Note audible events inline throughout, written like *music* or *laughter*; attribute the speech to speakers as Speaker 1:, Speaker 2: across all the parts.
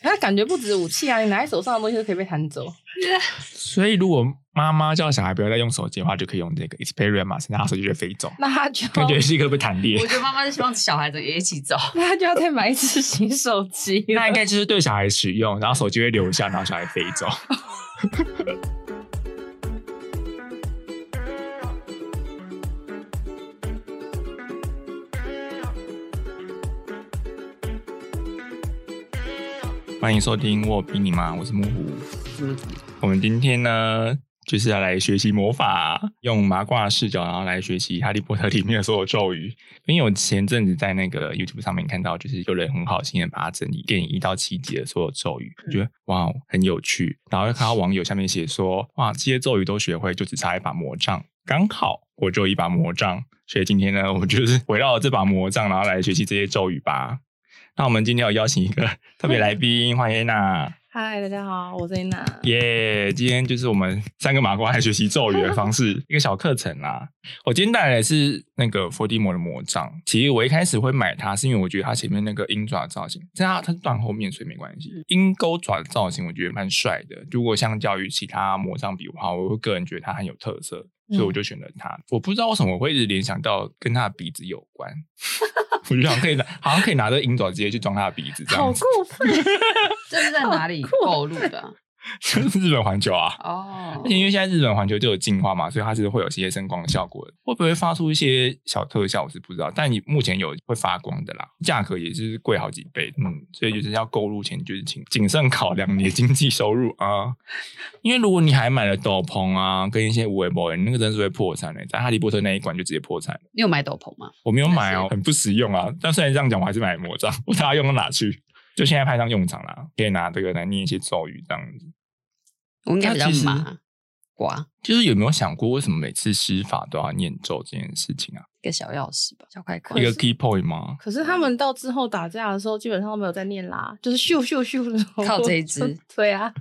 Speaker 1: 他感觉不止武器啊，你拿在手上的东西都可以被弹走。 *laughs*
Speaker 2: 所以如果妈妈叫小孩不要再用手机的话，就可以用这个 Xperia 嘛，现在他手机就会飞走，
Speaker 1: 那他就
Speaker 2: 感觉是一个被弹裂
Speaker 3: 我。觉得妈妈就希望小孩子也一起
Speaker 2: *laughs*
Speaker 3: 走。
Speaker 1: *laughs* 那他就要再买一只新手机 *laughs* 了。
Speaker 2: 那应该就是对小孩使用，然后手机会留下，然后小孩飞走。欢迎收听《我比你妈》，我是木虎。我们今天呢，就是要来学习魔法，用麻瓜的视角，然后来学习《哈利波特》里面的所有咒语。因为我前阵子在那个 YouTube 上面看到，就是有人很好心的把它整理电影一到七集的所有咒语，我觉得哇哦很有趣。然后又看到网友下面写说，哇这些咒语都学会，就只差一把魔杖。刚好我就有一把魔杖，所以今天呢，我们就是围绕这把魔杖，然后来学习这些咒语吧。那我们今天有邀请一个特别来宾，欢迎娜。
Speaker 1: 嗨，大家好，我是安娜。
Speaker 2: 耶今天就是我们三个麻瓜来学习咒语的方式，一个小课程啦。我今天带来的是那个伏地魔的魔杖。其实我一开始会买它，是因为我觉得它前面那个鹰爪造型，但它它是断后面，所以没关系。鹰钩爪的造型我觉得蛮帅的。如果相较于其他魔杖比的话，我个人觉得它很有特色，所以我就选了它。我不知道为什么我会一直联想到跟它的鼻子有关， *laughs* 我就想可以拿，好像可以拿着鹰爪直接去装它的鼻子这
Speaker 1: 好
Speaker 2: 样子。
Speaker 1: 过分！ *laughs*
Speaker 3: 这是在哪里购入的啊？
Speaker 2: *laughs* 就是日本环球啊，
Speaker 3: 哦
Speaker 2: 而且因为现在日本环球就有进化嘛，所以它是会有一些声光效果的，会不会发出一些小特效我是不知道，但你目前有会发光的啦，价格也是贵好几倍，嗯，所以就是要购入前就是请谨慎考量你的经济收入啊， *laughs* 因为如果你还买了斗篷啊，跟一些无为 boy，那个真是会破产的、在哈利波特那一关就直接破产了，
Speaker 3: 你有买斗篷吗？
Speaker 2: 我没有买哦，很不实用啊，但虽然这样讲，我还是买魔杖， *laughs* 我把它用到哪去？就现在派上用场啦，可以拿这个来念一些咒语这样子。
Speaker 3: 我应该比较
Speaker 2: 那其实
Speaker 3: 麻瓜，
Speaker 2: 就是有没有想过，为什么每次施法都要念咒这件事情啊？
Speaker 3: 一个小钥匙吧，小开关
Speaker 2: 一。个 key point 吗？
Speaker 1: 可是他们到之后打架的时候，基本上都没有在念啦，就是咻咻咻的时候
Speaker 3: 靠这一支。
Speaker 1: *laughs* 对啊，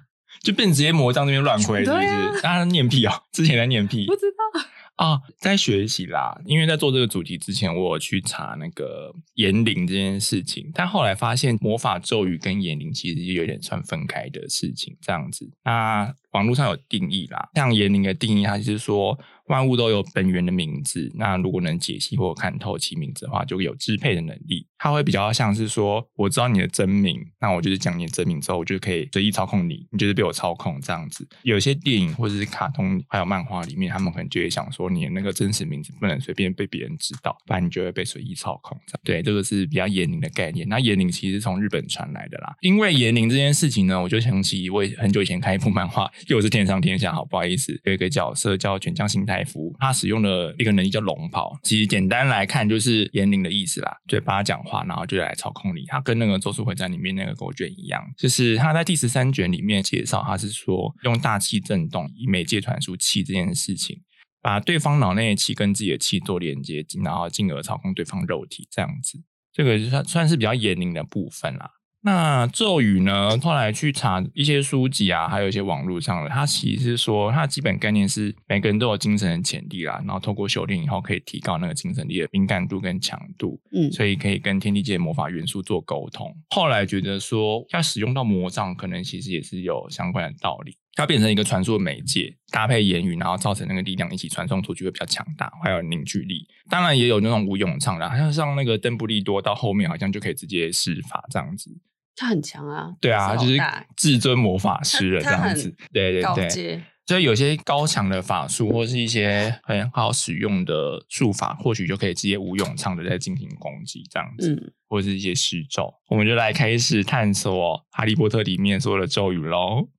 Speaker 2: 就变成直接魔杖那边乱挥，是不
Speaker 1: 对
Speaker 2: 是？
Speaker 1: 啊
Speaker 2: 大家念屁哦，之前在念屁
Speaker 1: 不知道。
Speaker 2: 啊，在学习啦。因为在做这个主题之前，我有去查那个言灵这件事情，但后来发现魔法咒语跟言灵其实有点算分开的事情，这样子。那网络上有定义啦，像言灵的定义，它就是说万物都有本源的名字，那如果能解析或看透其名字的话，就有支配的能力。它会比较像是说，我知道你的真名，那我就是讲你的真名之后，我就可以随意操控你，你就是被我操控这样子。有些电影或者是卡通还有漫画里面，他们可能就会想说，你的那个真实名字不能随便被别人知道，不然你就会被随意操控。这样对，这个是比较严灵的概念。那严灵其实是从日本传来的啦，因为严灵这件事情呢，我就想起我很久以前看一部漫画，又是天上天下，好不好意思，有一个角色叫全江新太夫，他使用的一个能力叫龙袍，其实简单来看就是严灵的意思啦，嘴巴讲话，然后就来操控你。他跟那个《咒术回战》里面那个狗卷一样，就是他在第十三卷里面介绍，他是说用大气震动以媒介传输气这件事情。把对方脑内的气跟自己的气做连接，然后进而操控对方肉体，这样子，这个就算算是比较严灵的部分啦。那咒语呢？后来去查一些书籍啊，还有一些网络上的，它其实是说，它的基本概念是每个人都有精神的潜力啦，然后透过修炼以后，可以提高那个精神力的敏感度跟强度，
Speaker 3: 嗯，
Speaker 2: 所以可以跟天地界魔法元素做沟通。后来觉得说，要使用到魔杖，可能其实也是有相关的道理。它变成一个传输的媒介，搭配言语，然后造成那个力量一起传送出去会比较强大，还有凝聚力。当然也有那种无咏唱啦，像像那个邓布利多到后面好像就可以直接施法这样子。
Speaker 3: 他很强啊。
Speaker 2: 对啊，
Speaker 3: 他
Speaker 2: 就是
Speaker 3: 老大
Speaker 2: 至尊魔法师了这
Speaker 3: 他他
Speaker 2: 样
Speaker 3: 很
Speaker 2: 子。对对
Speaker 3: 高
Speaker 2: 对，
Speaker 3: 阶，
Speaker 2: 所以有些高强的法术或是一些很好使用的术法，或许就可以直接无咏唱的在进行攻击这样子，
Speaker 3: 嗯，
Speaker 2: 或是一些施咒。我们就来开始探索《哈利波特》里面所有的咒语喽。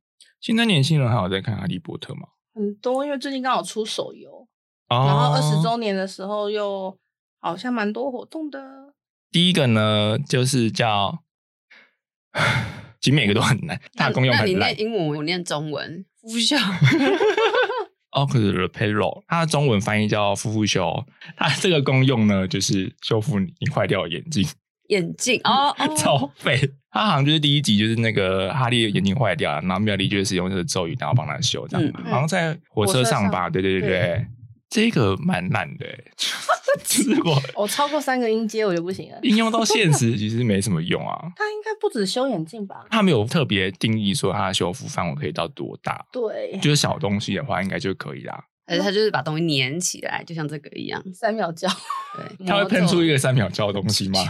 Speaker 2: 现在年轻人还有在看《哈利波特》吗？
Speaker 1: 很多，因为最近刚好出手游，
Speaker 2: 哦
Speaker 1: 然啊后二十周年的时候又好像蛮多活动的。
Speaker 2: 第一个呢，就是叫，其实每个都很难，它的功用
Speaker 3: 那
Speaker 2: 很
Speaker 3: 你
Speaker 2: 烂
Speaker 3: 念。英文，我念中文，不
Speaker 2: *laughs*
Speaker 3: 笑。
Speaker 2: o c u l a Payroll，它的中文翻译叫“夫妇修”。它这个功用呢，就是修复你坏掉的眼睛，
Speaker 3: 眼镜哦 *laughs* 哦，
Speaker 2: 超废。它好像就是第一集，就是那个哈利的眼睛坏掉了，然后妙丽就是用这个咒语，然后帮他修，这样、
Speaker 3: 嗯
Speaker 2: 好像在火车上吧？对对对对。这个蛮难的、
Speaker 3: *laughs*
Speaker 2: 欸，就是我
Speaker 1: 我哦超过三个音阶我就不行了。
Speaker 2: 应用到现实其实没什么用啊。
Speaker 1: 他应该不止修眼镜吧？
Speaker 2: 它没有特别定义说它的修复范围可以到多大，
Speaker 1: 对，
Speaker 2: 就是小东西的话应该就可以啦。
Speaker 3: 而且它就是把东西粘起来，就像这个一样。
Speaker 1: 三秒教，
Speaker 3: 对，
Speaker 2: 它会喷出一
Speaker 1: 个。
Speaker 2: 个三秒胶的东西吗？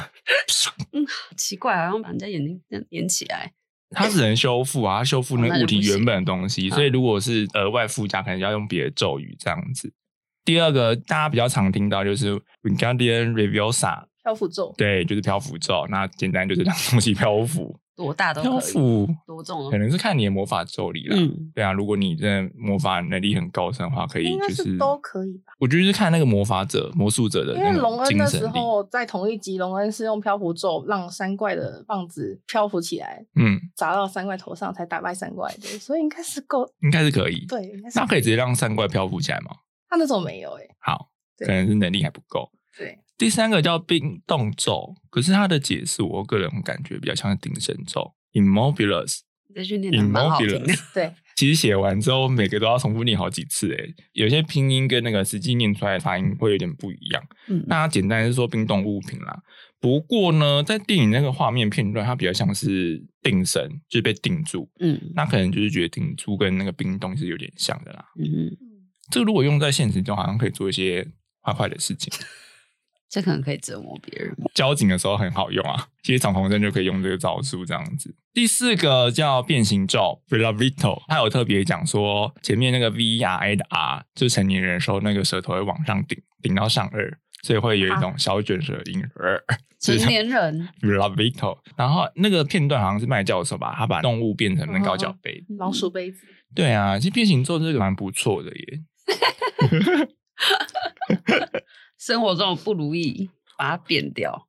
Speaker 3: 奇怪，好像把人家眼睛这样粘起来。
Speaker 2: 它只能修复啊，它修复那
Speaker 3: 哦那
Speaker 2: 个
Speaker 3: 就
Speaker 2: 物体
Speaker 3: 不行
Speaker 2: 原本的东西，
Speaker 3: 嗯
Speaker 2: 所以如果是额外附加，可能要用别的咒语这样子。第二个大家比较常听到就是 Wingardium Leviosa，
Speaker 1: 漂浮咒，
Speaker 2: 对，就是漂浮咒。那简单就是让东西漂浮，
Speaker 3: 多大都
Speaker 2: 漂
Speaker 3: 可以，
Speaker 2: 浮
Speaker 3: 多重都可
Speaker 2: 可
Speaker 3: 以。
Speaker 2: 能是看你的魔法咒力啦。
Speaker 3: 嗯，
Speaker 2: 对啊，如果你真的魔法能力很高深的话，可以
Speaker 1: 应该
Speaker 2: 就是
Speaker 1: 都可以吧？
Speaker 2: 我觉得是看那个魔法者、魔术者的
Speaker 1: 因为
Speaker 2: 那
Speaker 1: 隆
Speaker 2: 个
Speaker 1: 恩
Speaker 2: 精
Speaker 1: 的
Speaker 2: 神
Speaker 1: 时
Speaker 2: 力。
Speaker 1: 候，在同一集，隆恩是用漂浮咒让山怪的棒子漂浮起来，
Speaker 2: 嗯，
Speaker 1: 砸到山怪头上才打败山怪的，所以应该是够。
Speaker 2: 应该是可以。
Speaker 1: 对，应该是
Speaker 2: 那可以直接让三怪漂浮起来吗？
Speaker 1: 他那种没有哎、
Speaker 2: 好，
Speaker 1: 对
Speaker 2: 可能是能力还不够。
Speaker 1: 对，
Speaker 2: 第三个叫冰冻咒，可是它的解释，我个人感觉比较像是定身咒 （immobilus）。
Speaker 3: 你这句念的蛮好听的。
Speaker 2: immobilus
Speaker 1: 对，
Speaker 2: 其实写完之后，每个都要重复念好几次。诶，有些拼音跟那个实际念出来的发音会有点不一样。
Speaker 3: 嗯，
Speaker 2: 那它简单是说冰冻物品啦。不过呢，在电影那个画面片段，它比较像是定神，就是被定住。
Speaker 3: 嗯
Speaker 2: 那可能就是觉得定住跟那个冰冻是有点像的啦。
Speaker 1: *laughs*
Speaker 3: 嗯，
Speaker 1: 嗯，
Speaker 2: 这个如果用在现实中，好像可以做一些坏坏的事情。
Speaker 3: 这可能可以折磨别人。
Speaker 2: 交警的时候很好用啊， *laughs* 其实闯红灯就可以用这个招数这样子。第四个叫变形咒 b r a v i t o 它有特别讲说前面那个 V R I 的 R，就是成年人的时候那个舌头会往上顶，顶到上颚，所以会有一种小卷舌音。
Speaker 3: 成年人
Speaker 2: b r a v i t o 然后那个片段好像是麦教授吧，他把动物变成那高脚杯。
Speaker 1: 老鼠杯子，
Speaker 2: 对啊，其实变形咒这个蛮不错的耶。
Speaker 3: *laughs* 生活中的不如意，把它变掉。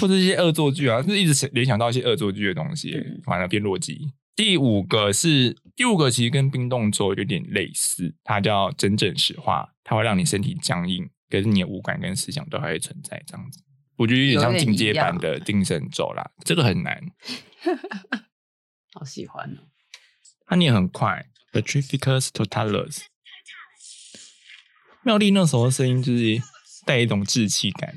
Speaker 2: 或者一些恶作剧啊，就是一直想联想到一些恶作剧的东西
Speaker 3: 嗯，
Speaker 2: 反而变弱鸡。第五个是第五个，其实跟冰冻咒有点类似，它叫真正石化，它会让你身体僵硬，可是你的五感跟思想都还会存在这样子。我觉得有点像进阶版的定神咒啦，这个很难，
Speaker 3: 好喜欢哦！
Speaker 2: 它念很快。Petrificus totalus，妙丽那时候的声音就是带一种稚气感，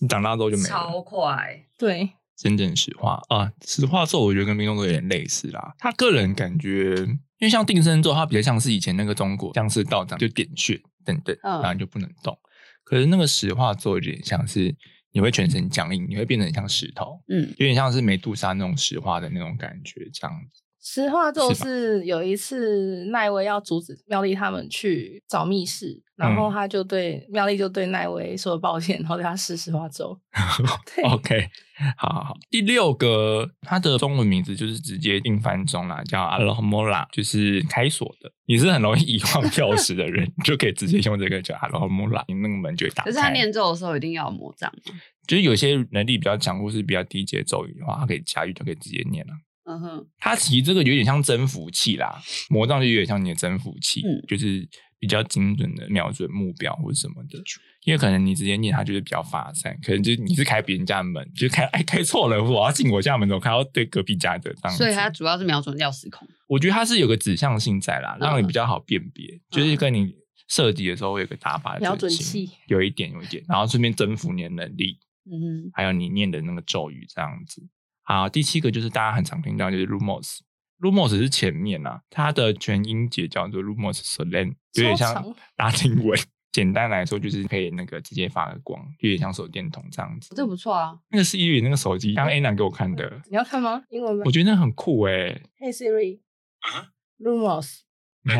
Speaker 2: 你长大之后就没了。
Speaker 3: 超快，
Speaker 1: 对，
Speaker 2: 真正实话啊，实话咒我觉得跟冰冻咒有点类似啦。他个人感觉，因为像定身咒，它比较像是以前那个中国，像是道长就点穴等等，
Speaker 3: 嗯
Speaker 2: 然后你就不能动。可是那个实话咒有点像是你会全身僵硬，你会变成像石头，
Speaker 3: 嗯，
Speaker 2: 有点像是梅杜莎那种石化的那种感觉这样子。
Speaker 1: 实话就是
Speaker 2: 吧
Speaker 1: 是有一次奈威要阻止妙丽他们去找密室，然
Speaker 2: 嗯
Speaker 1: 后他就对、妙丽就对奈威说抱歉，然后对他施实话咒。
Speaker 3: *laughs*
Speaker 1: 对，
Speaker 2: OK，好好好。第六个，它的中文名字就是直接硬翻中啦，叫阿罗莫拉，就是开锁的。你是很容易遗忘钥匙的人，你就可以直接用这个叫阿罗莫拉，你那个门就会打
Speaker 3: 可是他
Speaker 2: 开。
Speaker 3: 念咒的时候一定要有魔杖嘛。
Speaker 2: 就是有些能力比较强或是比较低阶咒语的话，它可以驾驭，就可以直接念了。
Speaker 3: 嗯哼，
Speaker 2: 它其实这个有点像征服器啦，魔杖就有点像你的征服器，
Speaker 3: 嗯
Speaker 2: 就是比较精准的瞄准目标或者什么的。因为可能你直接念它就是比较发散，可能就是你是开别人家的门，就是开哎开错了，我要进我家门，我开到对隔壁家的这样子。
Speaker 3: 所以它主要是瞄准钥匙孔。
Speaker 2: 我觉得它是有个指向性在啦，让
Speaker 3: 嗯
Speaker 2: 你比较好辨别，就是跟你设计的时候会有个打法的
Speaker 1: 瞄准
Speaker 2: 性
Speaker 1: 器，
Speaker 2: 有一点有一点，然后顺便征服你的能力。
Speaker 3: 嗯
Speaker 2: 还有你念的那个咒语这样子。好，第七个就是大家很常听到就是 lumos。Lumos 是前面啊，它的全音节叫做 Lumos Solen，有点
Speaker 1: 超
Speaker 2: 像
Speaker 1: 长
Speaker 2: 拉丁文。简单来说，就是可以那个直接发个光，有点像手电筒这样子
Speaker 3: 哼，。这不错啊。
Speaker 2: 那个是一语那个手机，刚 Anna 给我看的，
Speaker 1: 你要看吗？英文吗
Speaker 2: 我觉得那很酷哎、 *laughs* 欸。
Speaker 1: ？Hey Siri，Lumos，、
Speaker 2: 哎你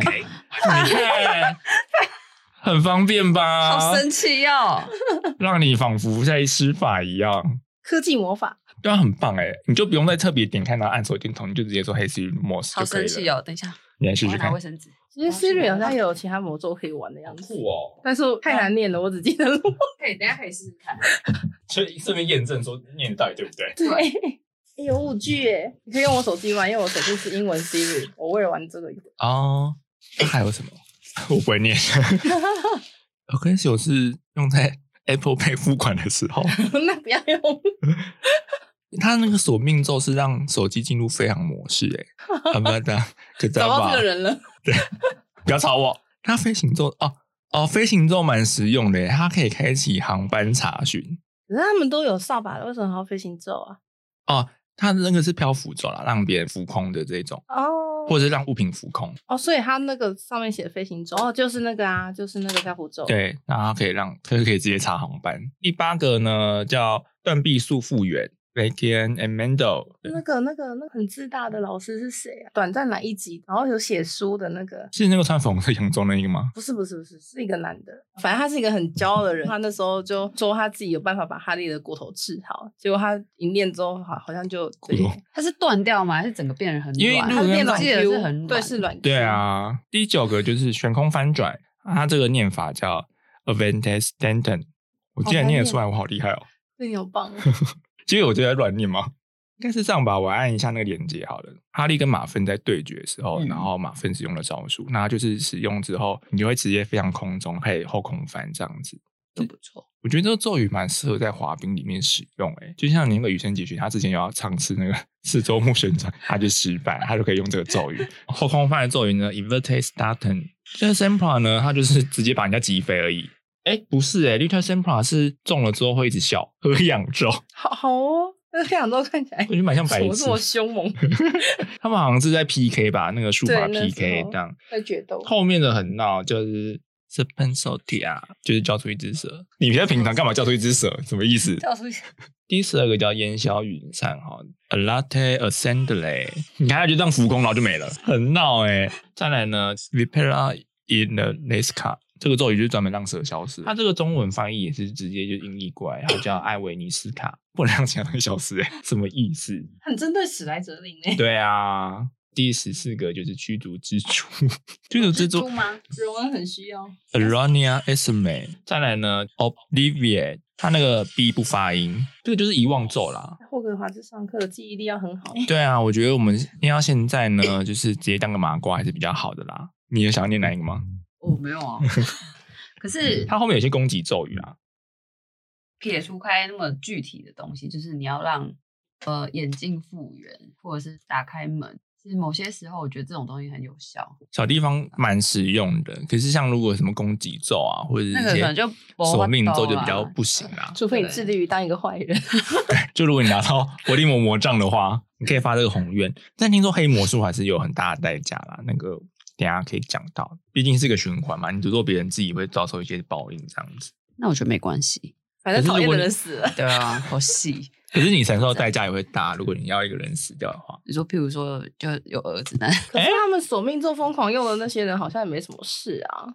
Speaker 2: 看，你看很方便吧？
Speaker 3: 好 *laughs* 神奇哦！
Speaker 2: *laughs* 让你仿佛在施法一样。
Speaker 1: 科技魔法，
Speaker 2: 对啊，很棒哎、你就不用再特别点开然后按手电筒，你就直接说黑 Siri Lumos
Speaker 3: 好
Speaker 2: 就可以
Speaker 3: 神
Speaker 2: 了。
Speaker 3: 奇哦！等一下，
Speaker 2: 你来
Speaker 3: 我
Speaker 2: 试
Speaker 3: 要
Speaker 2: 试
Speaker 3: 拿
Speaker 2: 看
Speaker 3: 卫。生纸。
Speaker 1: 其实 Siri 好像也有其他魔咒可以玩的样子，
Speaker 2: 哦！
Speaker 1: 但是太难念了，我只记得 Lumos。
Speaker 3: 可以，等一下可以试试看。
Speaker 2: 所以顺便验证说念到底对不对？
Speaker 1: *laughs* 对， *laughs* 哎有五句耶，你可以用我手机玩，因为我手机是英文 Siri，我为了玩这个，
Speaker 2: 哦，那还有什么？ *laughs* 我不会念。 *laughs* 我跟手是用在 Apple Pay 付款的时候，
Speaker 1: *laughs*
Speaker 2: *laughs*
Speaker 1: 那不要用。
Speaker 2: 它那个锁命咒是让手机进入飞行模式、
Speaker 3: *laughs*
Speaker 2: 欸。哎，好吧，可知
Speaker 1: 找
Speaker 2: 道
Speaker 1: 到
Speaker 2: 吧
Speaker 1: 这个？人了，
Speaker 2: 不要吵我。它飞行咒哦，哦，飞行咒蛮实用的耶，欸它可以开启航班查询。
Speaker 1: *laughs* 可是他们都有扫把，为什么还要飞行咒啊？
Speaker 2: 哦，它那个是漂浮咒啦，让别人浮空的这种，
Speaker 1: 哦
Speaker 2: 或者是让物品浮空。
Speaker 1: 哦，所以他那个上面写飞行咒，哦，就是那个啊，就是那个漂浮咒。，
Speaker 2: 对，然后可以让它可以直接查航班。第八个呢叫断臂束复原 v a c a n and Mendo）。
Speaker 1: 那个那个那个很自大的老师是谁啊？短暂来一集，然后有写书的那个。
Speaker 2: 是那个穿粉红色洋装那个吗？
Speaker 1: 不是不是不是，是一个男的，反正他是一个很骄傲的人。他那时候就说他自己有办法把哈利的骨头治好，结果他一练之后好好像就对
Speaker 2: 骨头
Speaker 3: 它是断掉吗？还是整个变得很
Speaker 2: 因为
Speaker 3: 软？
Speaker 2: 如
Speaker 1: 他
Speaker 2: 果
Speaker 1: 是变
Speaker 2: 跟
Speaker 1: 软
Speaker 3: 我记得
Speaker 1: Q，
Speaker 3: 是很软
Speaker 1: 对，是软 Q。
Speaker 2: 对，啊，第九个就是悬空翻转，啊它这个念法叫 Aventes Stanton。我竟然念得出来，我好厉害哦！
Speaker 1: 那你好棒哦。
Speaker 2: 其实我就在乱念吗？应该是这样吧，我按一下那个连接好了。哈利跟马粪在对决的时候，
Speaker 3: 嗯
Speaker 2: 然后马粪使用了招数，那就是使用之后，你就会直接飞上空中，可以后空翻这样子。
Speaker 3: 都不错。
Speaker 2: 我觉得这个咒语蛮适合在滑冰里面使用、欸，就像你那个羽生结弦，他之前有要尝试那个四周目旋转，他就失败，他就可以用这个咒语。 *laughs* 后空翻的咒语呢 i n v e r t e s t a t e n 这个 Sempra 呢，他就是直接把人家击飞而已。哎、不是哎、欸、，Little Sempra 是中了之后会一直笑，喝氧咒， *laughs*
Speaker 1: 好好哦，那黑羊都看起来
Speaker 2: 我觉得蛮像白
Speaker 1: 怎么
Speaker 2: 痴
Speaker 1: 这。么凶猛，
Speaker 2: *laughs* 他们好像是在 PK 吧，那个书法
Speaker 1: 对那时候
Speaker 2: PK 这样。
Speaker 1: 在决斗。
Speaker 2: 后面的很闹，就是 s e p e n s o t i a 就是叫出一只蛇。你现在平常干嘛叫出一只蛇？什么意思？
Speaker 3: 跳出去，
Speaker 2: 第十二个叫烟消云散哈，a latte a s c e n d l e 你看它就这样浮空，然后就没了，很闹哎、再来呢，vipera in the nesca 这个咒语就是专门让蛇消失，它这个中文翻译也是直接就音译过来，它叫艾维尼斯卡， *laughs* 不能让其他东西消失、欸，什么意思？
Speaker 1: 很针对史莱哲林
Speaker 3: 欸
Speaker 1: 诶、
Speaker 2: 对啊，第十四个就是驱逐蜘蛛， *laughs* 驱逐蜘蛛
Speaker 3: 猪吗？ *laughs*
Speaker 1: 荣恩很需要。
Speaker 2: Aronia Esme，再来呢，Obliviate，它那 *laughs* 个 B 不发音，这个就是遗忘咒啦。
Speaker 1: 霍格华兹上课记忆力要很好，
Speaker 2: 对啊，我觉得我们念到现在呢，就是直接当个麻瓜还是比较好的啦。你有想要念哪一个吗？
Speaker 3: 我没有
Speaker 2: *laughs*
Speaker 3: 啊。可是
Speaker 2: 它后面有些攻击咒语啊，
Speaker 3: 撇除开那么具体的东西，就是你要让呃眼镜复原，或者是打开门。其实某些时候，我觉得这种东西很有效，
Speaker 2: 小地方蛮实用的。可是像如果有什么攻击咒啊，或者是一
Speaker 3: 那个可能
Speaker 2: 些
Speaker 3: 就
Speaker 2: 索命咒啊就比较不行啦。
Speaker 1: 除非你致力于当一个坏
Speaker 2: 哎
Speaker 1: 人。
Speaker 2: 就如果你拿到活力魔魔杖的话，你可以发这个宏愿。但听说黑魔术还是有很大的代价啦，那个等一下可以讲到，毕竟是个循环嘛。你诅咒别人，自己会遭受一些报应这样子。
Speaker 3: 那我觉得没关系。
Speaker 1: 反正讨厌
Speaker 2: 可
Speaker 1: 的
Speaker 2: 是如果你
Speaker 1: 人死了，
Speaker 3: 对啊，好细。
Speaker 2: 可是你承受的代价也会大，如果你要一个人死掉的话。
Speaker 3: 你说，譬如说，就有儿子那
Speaker 1: 可是他们索命咒疯狂用的那些人好像也没什么事啊。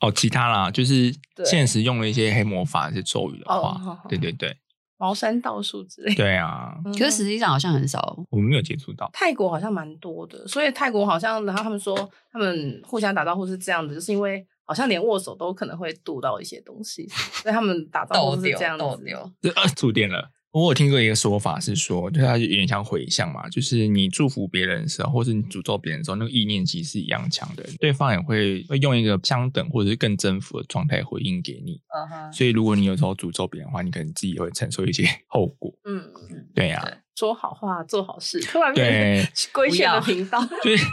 Speaker 2: 哦，其他啦，就是
Speaker 1: 对
Speaker 2: 现实用了一些黑魔法、一些咒语的
Speaker 1: 哦
Speaker 2: 话，
Speaker 1: 好好
Speaker 2: 对对对，
Speaker 1: 茅山道术之类的。
Speaker 2: 对啊，
Speaker 1: 嗯
Speaker 3: 可是实际上好像很少。
Speaker 2: 我们没有接触到。
Speaker 1: 泰国好像蛮多的，所以泰国好像，然后他们说他们互相打招呼是这样子，就是因为好像连握手都可能会度到一些东西，所以他们打招呼是这样子。
Speaker 3: 丢，
Speaker 2: 这呃，触电了。我有听过一个说法是说，就是它有点像回向嘛，就是你祝福别人的时候，或是你诅咒别人的时候，那个意念其实是一样强的，对方也会会用一个相等或者是更征服的状态回应给你。
Speaker 3: 嗯哼，
Speaker 2: 所以如果你有时候诅咒别人的话，你可能自己也会承受一些 *laughs* 后果。
Speaker 1: 嗯，
Speaker 2: 对呀、
Speaker 1: 说好话，做好事，突然变
Speaker 2: 对
Speaker 1: 成规劝的
Speaker 3: 不要
Speaker 1: 频 *laughs* 道。
Speaker 2: *laughs* 就是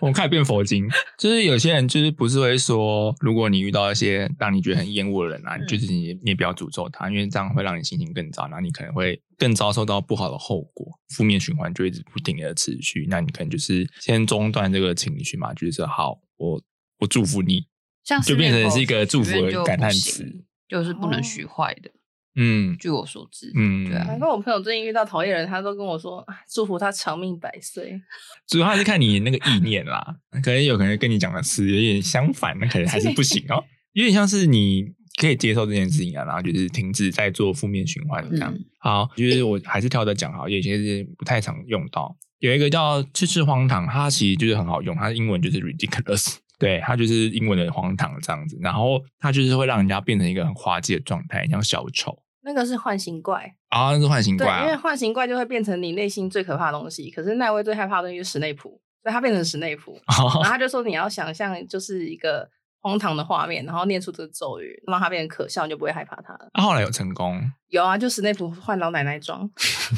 Speaker 2: 我们开始变佛 *laughs* 经，就是有些人就是不是会说，如果你遇到一些让你觉得很厌恶的人啊，
Speaker 3: 嗯
Speaker 2: 就是你你也不要诅咒他，因为这样会让你心情更糟，然后你可能会更遭受到不好的后果，负面循环就一直不停的持续。那你可能就是先中断这个情绪嘛，就是好，我我祝福你，
Speaker 3: 像
Speaker 2: 就变成是一个祝福的感叹词，
Speaker 3: 就是不
Speaker 1: 哦
Speaker 3: 能许坏的。
Speaker 2: 嗯
Speaker 3: 据我所知，
Speaker 2: 嗯，
Speaker 3: 对啊
Speaker 1: 难怪我朋友最近遇到讨厌人，他都跟我说啊祝福他长命百岁。
Speaker 2: 主要还是看你那个意念啦，可能有可能跟你讲的是有点相反，那可能还是不行哦。有点像是你可以接受这件事情啊，然后就是停止在做负面循环这样。
Speaker 3: 嗯
Speaker 2: 好，就是我还是挑着讲好，有些是不太常用到。有一个叫“吃吃荒唐”，它其实就是很好用，它英文就是 ridiculous，对， *laughs* 它就是英文的荒唐这样子。然后它就是会让人家变成一个很滑稽的状态，像小丑
Speaker 1: 那个是唤醒怪，
Speaker 2: 啊，那是唤醒怪
Speaker 1: 对，因为
Speaker 2: 啊，
Speaker 1: 唤醒怪就会变成你内心最可怕的东西。可是奈威最害怕的东西是史内普，所以他变成史内普。
Speaker 2: 啊
Speaker 1: 然后 *laughs* 他就说你要想象就是一个荒唐的画面，然后念出这个咒语，让它变得可笑，你就不会害怕它了。
Speaker 2: *laughs* 啊后来有成功。
Speaker 1: 有啊，就史内普换老奶奶 *laughs* 装，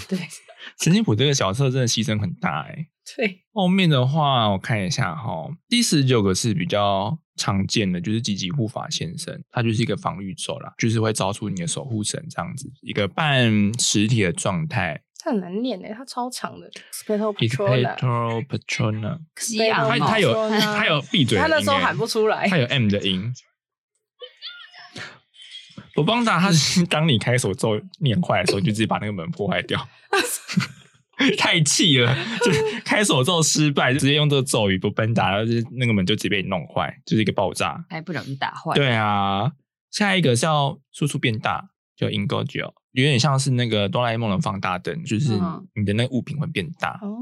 Speaker 1: 对
Speaker 2: 神经普这个角色真的牺牲很大哎、
Speaker 1: 对，
Speaker 2: 后面的话，我看一下哈，第十九个是比较常见的就是积极护法现身，它就是一个防御咒啦，就是会招出你的守护神这样子，一个半实体的状态。
Speaker 1: 它很难念诶、它超长的。Spectral
Speaker 2: i s p e t
Speaker 1: Patrona，
Speaker 2: r o Patrona，
Speaker 3: 西洋
Speaker 2: 它
Speaker 3: 帽
Speaker 2: 它有
Speaker 1: 啊
Speaker 2: 它有闭嘴的
Speaker 1: 嗯 *laughs* 他
Speaker 2: 音欸，
Speaker 1: 那时候喊不出来
Speaker 2: 它。有 M 的音。我帮打，它是当你开手咒念坏的时候，你就直接把那个门破坏掉。太气了，就是开手咒失败，就直接用这个咒语不奔打，然后就是那个门就直接被你弄坏，就是一个爆炸。
Speaker 3: 还不小心打坏。
Speaker 2: 对啊，下一个是要速速变大，就 Ingojo，有点像是那个哆啦 A 梦的放大灯，就是
Speaker 3: 嗯
Speaker 2: 你的那个物品会变大。
Speaker 1: 哦，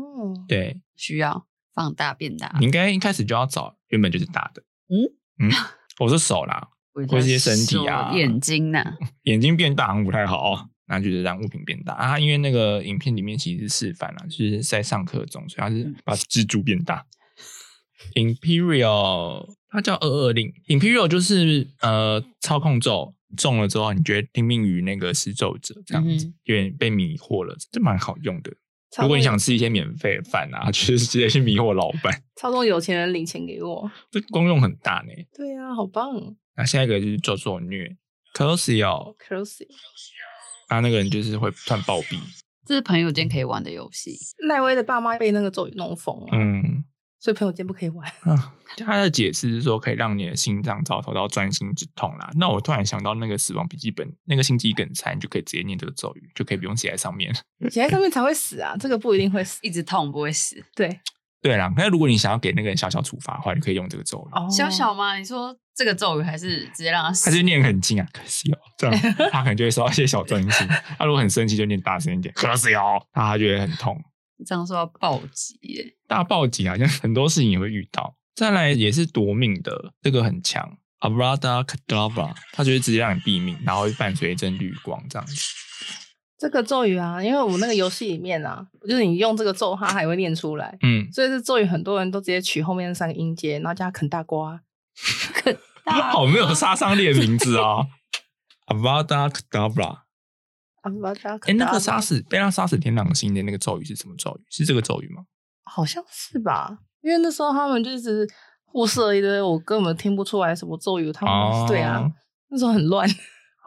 Speaker 2: 对，
Speaker 3: 需要放大变大
Speaker 2: 你，应该一开始就要找原本就是大的。
Speaker 3: 嗯
Speaker 2: 嗯，我说手啦，
Speaker 3: 我
Speaker 2: 或是一些
Speaker 3: 在
Speaker 2: 身体
Speaker 3: 说
Speaker 2: 啊
Speaker 3: 眼睛
Speaker 2: *laughs*
Speaker 3: 呐，
Speaker 2: 眼睛变大好像不太好、哦。那就是让物品变大啊，因为那个影片里面其实是示范啦，就是在上课中，所以他
Speaker 3: 嗯
Speaker 2: 是把蜘蛛变大。Imperial，它叫二二零，Imperial 就是呃操控咒中了之后，你觉得听命于那个施咒者这样子，
Speaker 3: 嗯哼
Speaker 2: 有点被迷惑了，这蛮好用的。
Speaker 1: 超
Speaker 2: 如果你
Speaker 1: 多
Speaker 2: 想吃一些免费的饭啊， *laughs* 就是直接去迷惑老板，
Speaker 1: 超多有钱人领钱给我，
Speaker 2: 这功用很大呢。
Speaker 1: 对啊，好棒
Speaker 2: 那下一个就是咒咒虐 c o s i o
Speaker 1: c r o s y
Speaker 2: 那那个人就是会突然暴毙，
Speaker 3: 这是朋友间可以玩的游戏。
Speaker 1: 奈威的爸妈被那个咒语弄疯了，
Speaker 2: 嗯。
Speaker 1: 所以朋友间不可以玩。 *laughs*
Speaker 2: 啊，他的解释是说可以让你的心脏遭受到钻心之痛啦。那我突然想到那个死亡笔记本，那个心肌梗塞，你就可以直接念这个咒语，就可以不用写在上面。
Speaker 1: 写在上面才会死啊，这个不一定会死。
Speaker 3: 一直痛不会死，
Speaker 1: 对，
Speaker 2: 对啦，那如果你想要给那个人小小处罚的话，你可以用这个咒语。
Speaker 1: 哦
Speaker 3: 小小嘛，你说这个咒语还是直接让他死
Speaker 2: 他？就念很轻啊，可惜哦，这样他可能就会受到一些小钻心。他如果很生气，就念大声一点，可惜哦，那他就会很痛。
Speaker 3: 这样说要暴击耶，
Speaker 2: 大暴击好像很多事情也会遇到。再来也是夺命的，这个很强，Abrada Cadabra，他就是直接让你毙命，然后会伴随一阵绿光这样子。
Speaker 1: 这个咒语啊，因为我那个游戏里面啊，就是你用这个咒，它还会念出来，
Speaker 2: 嗯，
Speaker 1: 所以这咒语很多人都直接取后面那三个音节，然后加啃大瓜。啊 *laughs*
Speaker 2: 好没有杀伤力的名字啊、Avada Kedavra，
Speaker 1: 啊不加
Speaker 2: 哎，诶
Speaker 1: 啃大
Speaker 2: 那
Speaker 1: 瓜
Speaker 2: 个杀死被他杀死天狼星的那个咒语是什么咒语？是这个咒语吗？
Speaker 1: 好像是吧？因为那时候他们就是互射一堆，我根本听不出来什么咒语。他们、对啊，
Speaker 2: 哦
Speaker 1: 那时候很乱。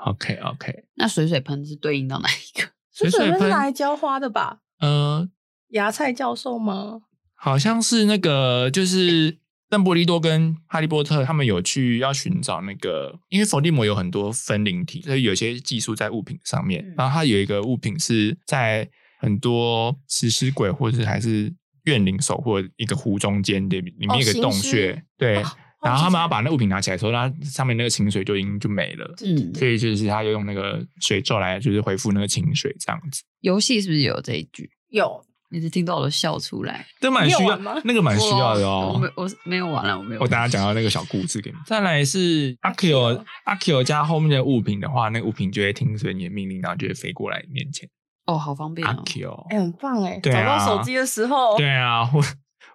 Speaker 2: ，OK OK，
Speaker 3: 那水水盆是对应到哪一个？ *laughs*
Speaker 1: 这
Speaker 2: 水水
Speaker 1: 准备
Speaker 2: 喷
Speaker 1: 是拿来浇花的吧？
Speaker 2: 呃，
Speaker 1: 芽菜教授吗？
Speaker 2: 好像是那个就是。邓布利多跟哈利波特他们有去要寻找那个，因为伏地魔有很多分灵体，所以有些技术在物品上面
Speaker 3: 嗯。
Speaker 2: 然后它有一个物品是在很多食尸鬼或者是还是怨灵守护的一个湖中间的里面有一
Speaker 1: 哦
Speaker 2: 个洞
Speaker 1: 行尸
Speaker 2: 穴，对，
Speaker 1: 哦
Speaker 2: 然后他们要把那物品拿起来的时候，它上面那个清水就已经就没了，
Speaker 3: 嗯，
Speaker 2: 所以就是他要用那个水咒来就是恢复那个清水这样子，
Speaker 3: 游戏是不是也有这一句？
Speaker 1: 有
Speaker 3: 每次听到我都笑出来，
Speaker 2: 这蛮需
Speaker 1: 你有
Speaker 2: 要
Speaker 1: 玩吗，
Speaker 2: 那个蛮需要的
Speaker 3: 我我没
Speaker 2: 哦。
Speaker 3: 我没有玩了，我没有玩。
Speaker 2: 我等下讲到那个小故事给你。再来是阿 Q 阿 Q 加后面的物品的话，那个物品就会听随你的命令，然后就会飞过来你面前。
Speaker 3: 哦，好方便
Speaker 2: 阿
Speaker 3: 哦。
Speaker 2: Q，
Speaker 1: 哎、很棒哎、
Speaker 2: 对啊
Speaker 1: 找到手机的时候，
Speaker 2: 对啊，或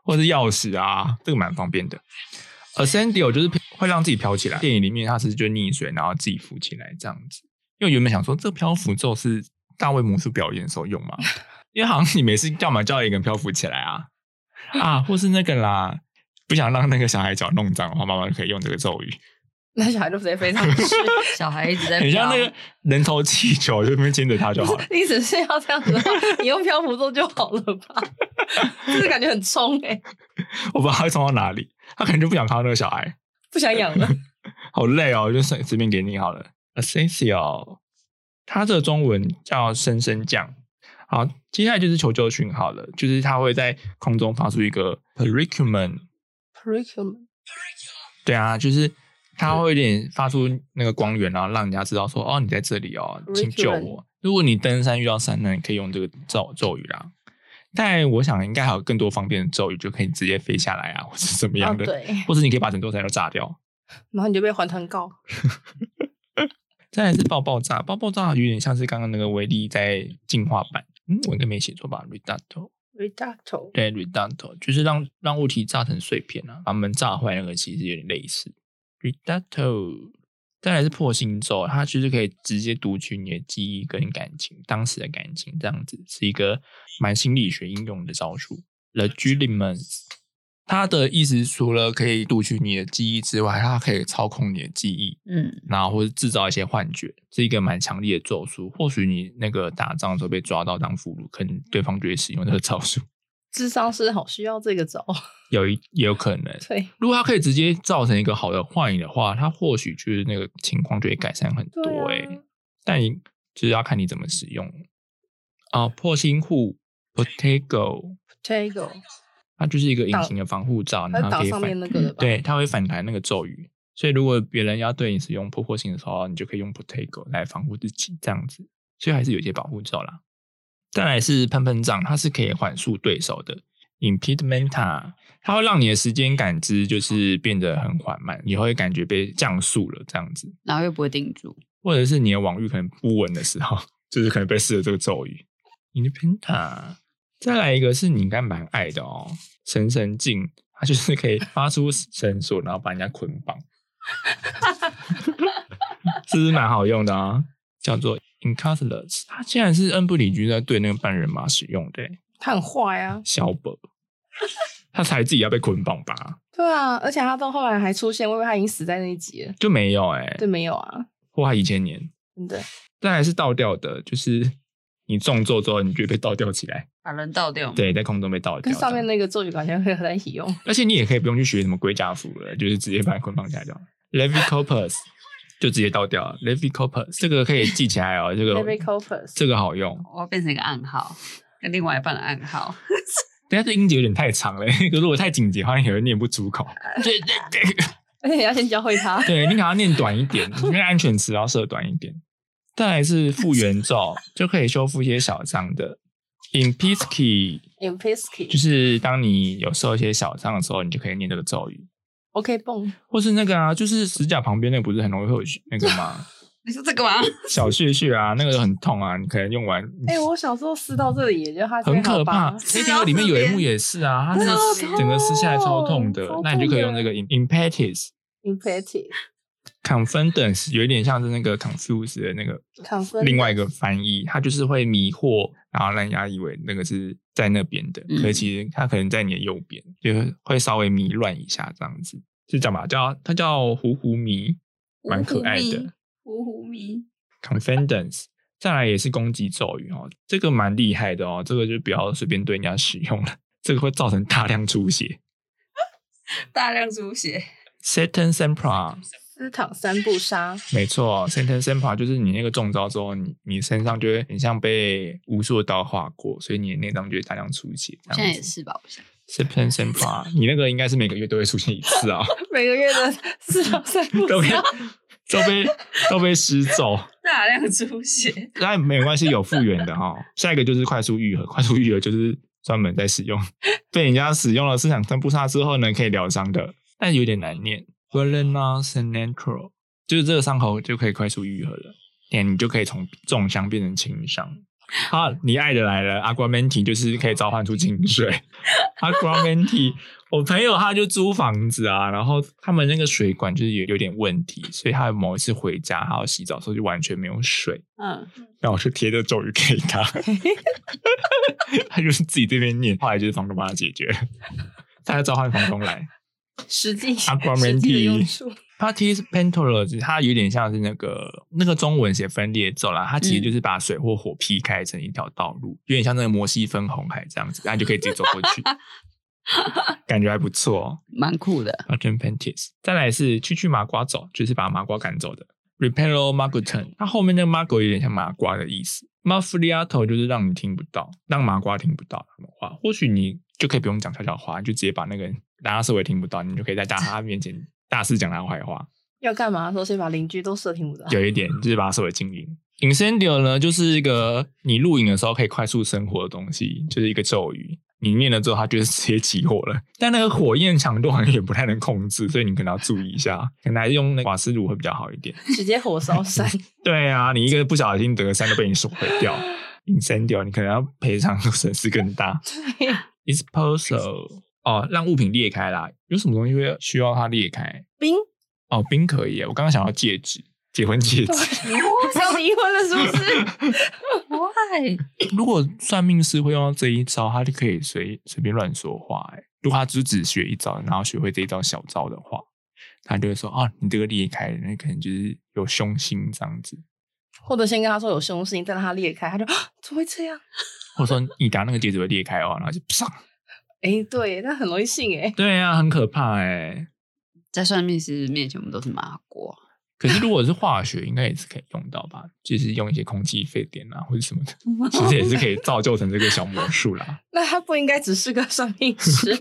Speaker 2: 或是钥匙啊，这个蛮方便的。Ascendio 就是会让自己飘起来，电影里面它是就溺水，然后自己浮起来这样子。因为我原本想说，这漂浮咒是大卫魔术表演的时候用嘛，因为好像你每次干嘛叫一个人漂浮起来啊啊，或是那个啦，不想让那个小孩脚弄脏的话，妈妈就可以用这个咒语，
Speaker 1: 那小孩就直接飞上去。
Speaker 3: 小孩一直在
Speaker 2: *laughs* 很像那
Speaker 3: 飙
Speaker 2: 个人头气球，就那边牵着它
Speaker 1: *laughs*
Speaker 2: 就好了。
Speaker 1: 你只是要这样子的话，你用漂浮咒就好了 *laughs* 吧？就是感觉很冲哎、
Speaker 2: 我不知道它会冲到哪里，他可能就不想看到那个小孩。
Speaker 1: 不想养了。
Speaker 2: 好累哦，就随随便给你好了。Essential，它的中文叫升升降。好，接下来就是求救讯号了，就是它会在空中发出一个 pericumen，
Speaker 1: Curriculum
Speaker 2: 对啊，就是它会有点发出那个光源，然后让人家知道说，哦，你在这里哦，请救
Speaker 1: Curriculum
Speaker 2: 我。如果你登山遇到山难，你可以用这个咒咒语啦。但我想应该还有更多方便的咒语，就可以直接飞下来啊，或是怎么
Speaker 1: 啊，
Speaker 2: 样的，
Speaker 1: 对，
Speaker 2: 或者你可以把整座山都炸掉。
Speaker 1: 然后你就被还团告。
Speaker 2: 再来是爆爆炸，爆爆炸有点像是刚刚那个威力在进化版，嗯，我应该没写错吧？Reducto，
Speaker 1: Reducto
Speaker 2: 对，Reducto 就是让让物体炸成碎片啊，把门炸坏那个其实有点类似。Reducto，再来是破心咒，它就是可以直接读取你的记忆跟感情，当时的感情这样子，是一个蛮心理学应用的招数。Legilimens，它的意思除了可以读取你的记忆之外，它可以操控你的记忆，
Speaker 3: 嗯，
Speaker 2: 然后或者制造一些幻觉，是一个蛮强烈的咒术。或许你那个打仗的时候被抓到当俘虏，可能对方就会使用这个招数，
Speaker 1: 智商是好需要这个 *laughs* 招，
Speaker 2: 有一也有可能。
Speaker 1: 对
Speaker 2: 如果它可以直接造成一个好的幻影的话，它或许就是那个情况就会改善很多
Speaker 1: 对啊
Speaker 2: 诶、但你就是要看你怎么使用啊、破心护 Potato，
Speaker 1: ，Potato，
Speaker 2: 它就是一个隐形的防护罩，
Speaker 1: 它
Speaker 2: 然
Speaker 1: 是
Speaker 2: 后它
Speaker 1: 挡
Speaker 2: 嗯可以
Speaker 1: 上面
Speaker 2: 反
Speaker 1: 那个的吧？
Speaker 2: 对，它会反弹那个咒语。所以如果别人要对你使用破破性的时候，你就可以用 Potato 来防护自己，这样子。所以还是有一些保护罩啦。再来是喷喷杖，它是可以缓速对手的 Impedimenta，它会让你的时间感知就是变得很缓慢，你会感觉被降速了这样子。
Speaker 3: 然后又不会定住，
Speaker 2: 或者是你的网域可能不稳的时候，就是可能被试了这个咒语。你的 Penta，再来一个是你应该蛮爱的哦，神神镜，它就是可以发出绳索，然后把人家捆绑，是不是蛮好用的啊？叫做 i n c a s t l e s 它竟然是恩布里居在对那个半人马使用的耶欸
Speaker 1: 它很坏啊，
Speaker 2: 小本，他才自己要被捆绑吧？
Speaker 1: 对啊，而且它到后来还出现，我以为它已经死在那一集了，
Speaker 2: 就没有哎、
Speaker 1: 对，没有啊，
Speaker 2: 或他以前年，
Speaker 1: 真的，
Speaker 2: 再来是倒吊的，就是你中咒之后，你就会被倒吊起来。
Speaker 3: 把人倒掉嘛。
Speaker 2: 对，在空中被倒掉
Speaker 1: 跟
Speaker 2: 这样。
Speaker 1: 上面那个咒语感觉会合在一起用。
Speaker 2: 而且你也可以不用去学什么龟甲符了，就是直接把捆绑起来就好。Levy Corpus *laughs* 就直接倒掉了。Levy Corpus 这个可以记起来哦，这
Speaker 1: Levy
Speaker 2: 个
Speaker 1: Corpus
Speaker 2: 这个好用。
Speaker 3: 我要变成一个暗号，跟另外一半的暗号。 *laughs*
Speaker 2: 但是音节有点太长了， *laughs* 如果太紧急，好像也会念不出
Speaker 1: *laughs*
Speaker 2: 口。对对对，。
Speaker 1: 而且你要先教会它
Speaker 2: *laughs* 对你可能要念短一点，你那个安全词要设短一点。再来是复原咒，就可以修复一些小伤的。In p i s k y
Speaker 1: i m p i s k
Speaker 2: 就
Speaker 1: i
Speaker 2: 是当你有受一些小伤的时候，你就可以念这个咒语。
Speaker 1: OK 蹦，
Speaker 2: 或是那个啊，就是指甲旁边那个不是很容易会有那个吗？
Speaker 3: 你说这个吗？
Speaker 2: 小屑屑啊，那个很痛啊，你可能用完
Speaker 1: 哎、我小时候撕到这里，也就它这
Speaker 2: 很
Speaker 1: 边
Speaker 2: 可
Speaker 1: 好
Speaker 2: 怕
Speaker 1: 疤。
Speaker 2: 那条里面有一幕也是啊，它那个
Speaker 3: 超痛
Speaker 2: 整个撕下来超痛
Speaker 1: 哦超
Speaker 2: 的
Speaker 1: 痛，的
Speaker 2: 那你就可以用这个 impetus
Speaker 1: Imperative
Speaker 2: confidence，有一点像是那个 confuse 的那个
Speaker 1: Confidence
Speaker 2: 另外一个翻译，它就是会迷惑，然后让人家以为那个是在那边的，
Speaker 3: 嗯
Speaker 2: 可是其实它可能在你的右边，就是会稍微迷乱一下这样子，是讲吧？叫它叫糊糊迷， *laughs* 蛮可爱的。
Speaker 3: 糊糊迷，
Speaker 2: confidence，再来也是攻击咒语哦，这个蛮厉害的哦，这个就不要随便对人家使用了，这个会造成大量出血。
Speaker 3: 大量出血，
Speaker 2: Satan Sempra，
Speaker 1: 斯坦三步杀，
Speaker 2: 没错，Satan 哦 Sempra 就是你那个中招之后，你你身上就会很像被无数的刀划过，所以你的内脏就会大量出血。这
Speaker 3: 现在
Speaker 2: 样
Speaker 3: 也
Speaker 2: 子
Speaker 3: 是吧？我想
Speaker 2: Satan Sempra，你那个应该是每个月都会出现一次啊、 *laughs*
Speaker 1: 每个月的斯坦三步
Speaker 2: 都被
Speaker 1: 杀，
Speaker 2: 都被都被施咒。
Speaker 3: 大量出血，
Speaker 2: 那没关系，有复原的哈、下一个就是快速愈合，快速愈合就是专门在使用 *laughs* 被人家使用了思想三步杀之后呢，可以疗伤的，但有点难念。v e l e n a s e n a n t r o 就是这个伤口就可以快速愈合了，那你就可以从重伤变成轻伤。好，你爱的来了，Aquamenti 就是可以召唤出清水。Aquamenti，我 *laughs* 朋友他就租房子啊，然后他们那个水管就是有有点问题，所以他某一次回家，他要洗澡的时候就完全没有水。
Speaker 3: 嗯，
Speaker 2: 那我就贴着咒语给他，他就是自己这边念，后来就是房东帮他解决，他要召唤房东来。
Speaker 1: 实际实
Speaker 2: Aquaman
Speaker 1: 际的
Speaker 2: T
Speaker 1: 用处。
Speaker 2: Parties Pentalogy，它有点像是那个那个中文写分裂咒啦，它其实就是把水或火劈开成一条道路，有点像那个摩西分红海这样子，那你就可以直接走过去，感觉还不错、哦。
Speaker 3: 蛮酷的。
Speaker 2: p a t e n Pentis，再来是去去麻瓜走，就是把麻瓜赶走的。Repello Maguton，它后面那个 Mago 有点像麻瓜的意思。Mafriato 就是让你听不到，让麻瓜听不到他们话。或许你就可以不用讲悄悄话，你就直接把那个人大家视为听不到，你就可以在大家面前大肆讲他坏话。
Speaker 1: 要干嘛的时候，先把邻居都设听不 *laughs* 到。
Speaker 2: 有一点就是把它视为精灵。Incendio 呢，就是一个你录影的时候可以快速生火的东西，就是一个咒语。你念了之后，它就是直接起火了。 *laughs* 但那个火焰强度好像也不太能控制，所以你可能要注意一下，可能还是用那瓦斯炉会比较好一点。
Speaker 1: 直接火
Speaker 2: *laughs*
Speaker 1: 烧山，
Speaker 2: 对啊，你一个不小心，整个山都被你所毁掉。Incendio，你可能要赔偿的损失更大。Disposal，哦，让物品裂开啦。有什么东西会需要它裂开？
Speaker 1: 冰，
Speaker 2: 哦，冰可以耶。我刚刚想要戒指，结婚戒指。
Speaker 1: 要离婚了是不
Speaker 2: *laughs*
Speaker 1: 是？
Speaker 3: Why？
Speaker 2: 如果算命师会用到这一招，他就可以随随便乱说话、欸，如果他只只学一招，然后学会这一招小招的话，他就会说啊，你这个裂开了，那可能就是有凶心这样子。
Speaker 1: 或者先跟他说有凶事情，再让他裂开，他就、啊、怎么会这样？
Speaker 2: 或者说你打那个戒指会裂开哦，然后就啪。
Speaker 1: 哎、对耶，那很容易信哎。
Speaker 2: 对啊，很可怕哎、
Speaker 3: 在算命师面前，我们都是麻瓜。
Speaker 2: 可是如果是化学，应该也是可以用到吧？就是用一些空气沸点啊，或者什么的，其实也是可以造就成这个小魔术啦。
Speaker 1: 那他不应该只是个算命师？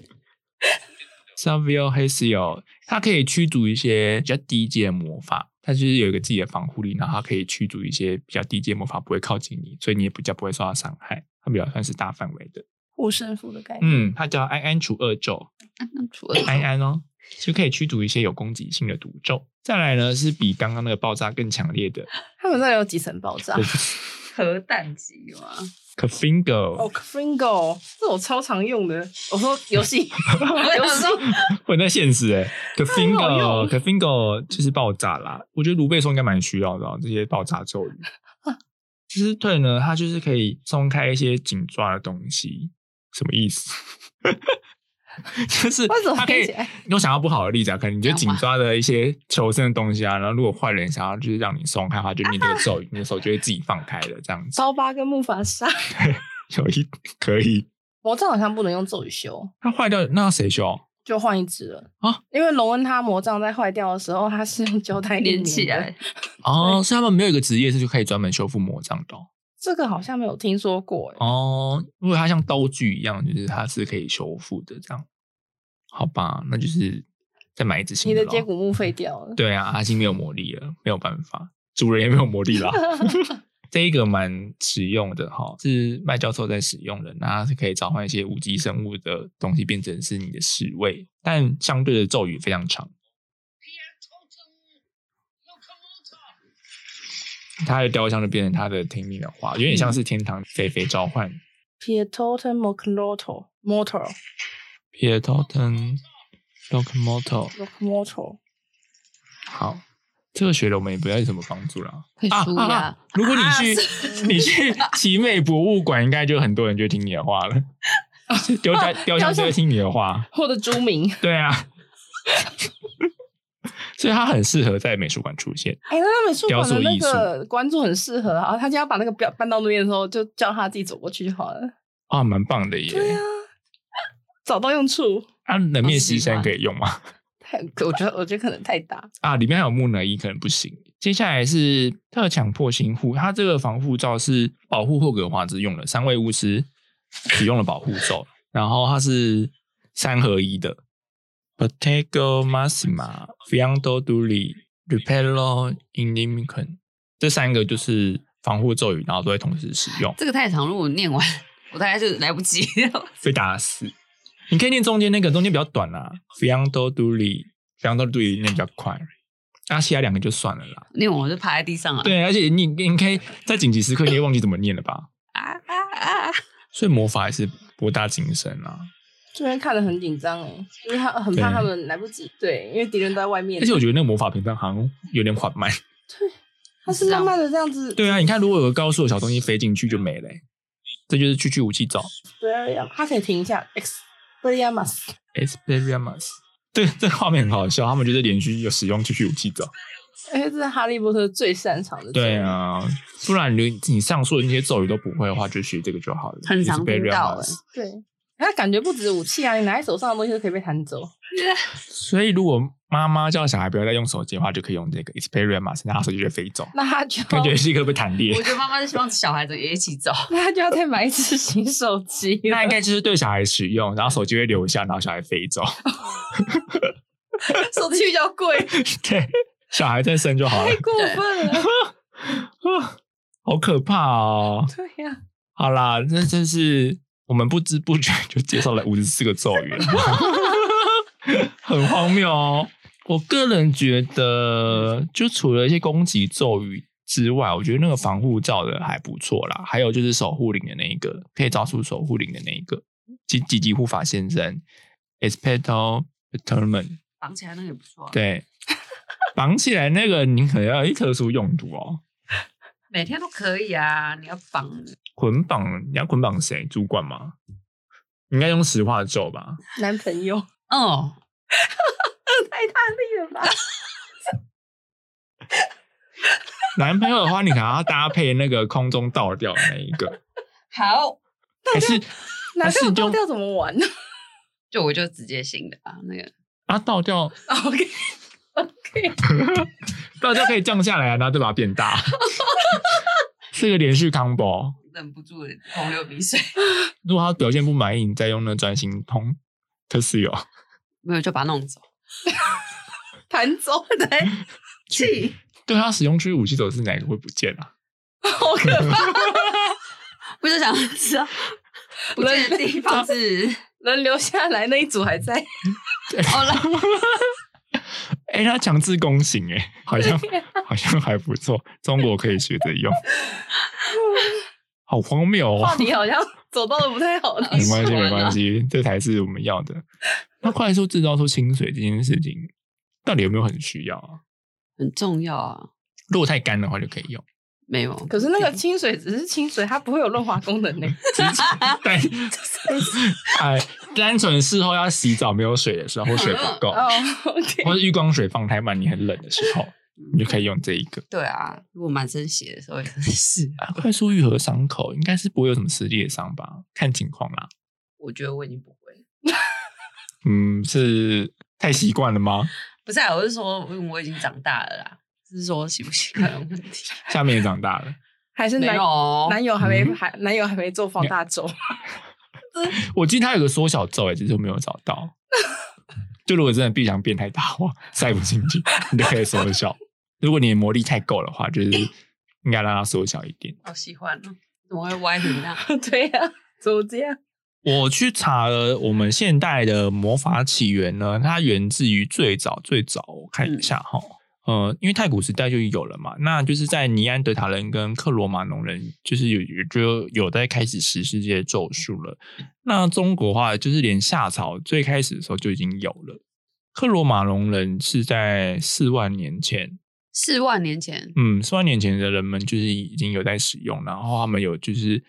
Speaker 2: *laughs* Savio Hesio，它可以驱逐一些比较低阶的魔法，它就是有一个自己的防护力，然后它可以驱逐一些比较低阶魔法不会靠近你，所以你也比较不会受到伤害。它比较算是大范围的，
Speaker 1: 护身符的概念。
Speaker 2: 嗯，它叫安安除恶咒，
Speaker 3: 那除了
Speaker 1: 哎
Speaker 2: 安安哦，就可以驱逐一些有攻击性的毒咒。再来呢，是比刚刚那个爆炸更强烈的
Speaker 1: 他们那里有几层爆炸
Speaker 3: 核弹级嘛，
Speaker 2: k a f i n g o
Speaker 1: 哦 f r i n g o 这我超常用的。我说游戏，游戏
Speaker 2: 混在现实哎、可
Speaker 1: 很好
Speaker 2: Fingo
Speaker 1: 用
Speaker 2: 可 Fingo 就是爆炸啦。我觉得卢贝松应该蛮需要的、哦、这些爆炸咒
Speaker 1: *laughs*
Speaker 2: 语。
Speaker 1: 啊
Speaker 2: 其实对呢，它就是可以松开一些紧抓的东西，什么意思？ *laughs* 就是
Speaker 1: 为什么
Speaker 2: 它可
Speaker 1: 听
Speaker 2: 以
Speaker 1: 起来，
Speaker 2: 有想要不好的例子啊，可能你就紧抓的一些求生的东西啊，然后如果坏人想要就是让你松开的话，就念这个咒语，你的手就会自己放开了，这样子
Speaker 1: 刀疤跟木法沙，
Speaker 2: 有一可以。
Speaker 1: 魔杖好像不能用咒语修，
Speaker 2: 它坏掉，那谁修？
Speaker 1: 就换一只了
Speaker 2: 啊。
Speaker 1: 因为龙恩他魔杖在坏掉的时候，他是用胶带
Speaker 3: 连
Speaker 1: 粘
Speaker 3: 起来，
Speaker 2: 哦，所以他们没有一个职业是就可以专门修复魔杖的哦、
Speaker 1: 这个好像没有听说过、欸，
Speaker 2: 哦，如果它像刀具一样，就是它是可以修复的，这样，好吧？那就是再买一只新
Speaker 1: 你的
Speaker 2: 咯
Speaker 1: 接骨木废掉了。
Speaker 2: 对啊，阿星没有魔力了，没有办法，主人也没有魔力啦。 *laughs* 这一个蛮实用的哈，是麦教授在使用的，那它是可以召唤一些无机生物的东西变成是你的侍卫，但相对的咒语非常长。它的雕像就变成它的听命的话，有点像是天堂肥肥召唤。
Speaker 1: Pietoten m o c l o t o motor
Speaker 2: p i e t o t e n Locomoto，
Speaker 1: motor，
Speaker 2: 好，这个学了我们也不要有什么帮助啦。
Speaker 3: 会
Speaker 2: 啊
Speaker 3: 输
Speaker 2: 啊
Speaker 3: 呀
Speaker 2: 啊。如果你
Speaker 3: 啊
Speaker 2: 去、你去奇美博物馆，应该就很多人就听你的话
Speaker 3: *laughs*
Speaker 2: 了。雕像雕像就会听你的话，
Speaker 1: 或者朱明。
Speaker 2: 对啊，所以它很适合在美术馆出现。
Speaker 1: 哎、那那美术馆的
Speaker 2: 雕塑
Speaker 1: 那
Speaker 2: 艺
Speaker 1: 个观众很适合啊，他就要把那个表搬到那边的时候，就叫他自己走过去就好了。
Speaker 2: 啊，蛮棒的耶！
Speaker 1: 对啊，找到用处。
Speaker 2: 啊，冷面
Speaker 3: 喜
Speaker 2: 西山
Speaker 3: 欢
Speaker 2: 可以用吗？
Speaker 1: 太，我觉得我觉得可能太大。
Speaker 2: 啊，里面还有木乃伊，可能不行。接下来是特强破心护，它这个防护罩是保护霍格华兹用的，三位巫师使用了保护罩，然后它是三合一的。Potago Massima, Fiando Duli, Repello Inimicon，这三个就是防护咒语，然后都会同时使用，
Speaker 3: 这个太长，如果我念完，我大概就来不及了。 *laughs*
Speaker 2: 被打死。你可以念中间那个，中间比较短啦、Fiando Duli, Fiando Duli 那比较快，那其他两个就算了啦。
Speaker 3: 念完我就趴在地上了。
Speaker 2: 对，而且你你可以在紧急时刻，你会忘记怎么念了吧？
Speaker 3: 啊啊啊！
Speaker 2: *laughs* 所以魔法还是博大精深啊。
Speaker 1: 这边看得很紧张哎，因为他很怕
Speaker 2: 对
Speaker 1: 他们来不及。对，因为敌人都在外面
Speaker 2: 而。且我觉得那个魔法屏障好像有点缓慢。
Speaker 1: 他是慢慢的这样子，
Speaker 2: 对啊，你看如果有个高速的小东西飞进去就没了欸、这就是去去武器罩
Speaker 1: 对啊，要他可以停一下。X b r i a m a s
Speaker 2: e x p e r i m u s 对， *laughs* 这个画面很好笑，他们就是连续有使用去去武器罩。
Speaker 1: 哎，这是哈利波特最擅长的。
Speaker 2: 对，啊，不然你你上述的那些咒语都不会的话，就学这个就好了。
Speaker 3: 很常
Speaker 2: Expelliarmus
Speaker 3: 听到欸
Speaker 1: 对，他感觉不止武器啊，你拿在手上的东西都可以被弹走。
Speaker 2: 所以如果妈妈叫小孩不要再用手机的话，就可以用这个 Experimus，拿手机就飞走，
Speaker 1: 那他就
Speaker 2: 感觉是一个被弹裂
Speaker 3: 我。觉得妈妈是希望小孩子也一起走。
Speaker 1: *laughs* 那他就要再买一只新手机
Speaker 2: *laughs*
Speaker 1: 了。
Speaker 2: 那应该就是对小孩使用，然后手机会留下，然后小孩飞走。 *laughs*
Speaker 1: 手机比较贵，
Speaker 2: 对，小孩再生就好
Speaker 1: *laughs*
Speaker 2: 了
Speaker 1: 太。过分了。
Speaker 2: 啊好可怕哦！
Speaker 1: *laughs* 对呀、
Speaker 2: 好啦，那真是我们不知不觉就介绍了五十四个咒语了，很荒谬哦。我个人觉得，就除了一些攻击咒语之外，我觉得那个防护罩的还不错啦。还有就是守护灵的那一个，可以招出守护灵的那一个，及积极护法先生 e s p e t o Peterman。
Speaker 3: 绑起来那个也不错、啊。，
Speaker 2: 对，绑起来那个你可能要有一特殊用途哦。
Speaker 3: 每天都可以啊。你要绑，
Speaker 2: 捆绑，你要捆绑谁？主管吗？你应该用实话咒吧？
Speaker 1: 男朋友 *laughs*
Speaker 3: 嗯，
Speaker 1: 太大力了吧？
Speaker 2: 男朋友的话，你可能要搭配那个空中倒吊的那一个，
Speaker 3: 好，
Speaker 2: 还是
Speaker 1: 男朋
Speaker 2: 还是
Speaker 1: 友
Speaker 2: 就
Speaker 1: 丢掉怎么玩呢 *laughs*
Speaker 3: 就我就直接新的吧，那个
Speaker 2: 啊倒吊
Speaker 1: ？OK OK，
Speaker 2: 倒吊可以降下来啊，然后再把它变大，是个连续 combo。
Speaker 3: 忍不住狂流鼻水， *laughs*
Speaker 2: 如果他表现不满意，你再用那专心通特斯有
Speaker 3: 没有就把它弄走。
Speaker 1: 弹奏对，气，
Speaker 2: 对他使用区域武器走是哪个会不见啊？
Speaker 1: 好可怕！
Speaker 3: 我就想知 *laughs* 道不见的地方是
Speaker 1: *laughs* 轮流下来那一组还在， *laughs*
Speaker 3: 哦，来
Speaker 2: *laughs* 哎、他强制弓形哎、好像 *laughs* 好像还不错，中国可以学着用，好荒谬哦
Speaker 1: 话！题好像走到了不太好的地
Speaker 2: *laughs*
Speaker 1: 方。
Speaker 2: 没关系，
Speaker 3: 说完
Speaker 2: 没
Speaker 3: 了
Speaker 2: 关系，这才是我们要的。那快速制造出清水这件事情，到底有没有很需要啊？
Speaker 3: *laughs* 很重要啊，
Speaker 2: 如果太干的话就可以用，
Speaker 3: 没有。
Speaker 1: 可是那
Speaker 2: 嗯
Speaker 1: 个清水只是清水，它不会有润滑功能呢。 *laughs*
Speaker 2: 但哎，单纯事后要洗澡没有水的时候，或水不够，
Speaker 1: 哦，OK， *laughs*
Speaker 2: 或者浴缸水放太慢，你很冷的时候，你就可以用这一个。
Speaker 3: 对啊，如果满身血的时候也是，
Speaker 2: 啊，快速愈合伤口应该是不会有什么实际的伤吧，看情况啦。
Speaker 3: 我觉得我已经不会了。
Speaker 2: 嗯，是太习惯了吗？
Speaker 3: 不是、啊，我是说因为我已经长大了啦，是说习不习惯的问题。
Speaker 2: 下面也长大了，
Speaker 1: 还是
Speaker 3: *laughs* 没
Speaker 1: 男
Speaker 3: 有哦，
Speaker 1: 男友还没
Speaker 2: 嗯
Speaker 1: 还男友还没做放大周，
Speaker 2: 我记得他有个缩小咒，哎，只是我没有找 *laughs* 到。就如果真的臂墙变太大的话，塞不进去，你就可以缩小。如果你的魔力太够的话，就是应该让它缩小一点。
Speaker 3: 好喜欢哦，啊怎么会歪成这 *laughs* 样？
Speaker 1: 对呀、怎么这样？
Speaker 2: 我去查了我们现代的魔法起源呢，它源自于最早最早，我看一下哈、呃，因为太古时代就有了嘛，那就是在尼安德塔人跟克罗马农人，就是有有就有在开始实施这些咒术了。那中国的话，就是连夏朝最开始的时候就已经有了。克罗马农人是在四万年前，
Speaker 3: 四万年前，
Speaker 2: 嗯，四万年前的人们就是已经有在使用，然后他们有就是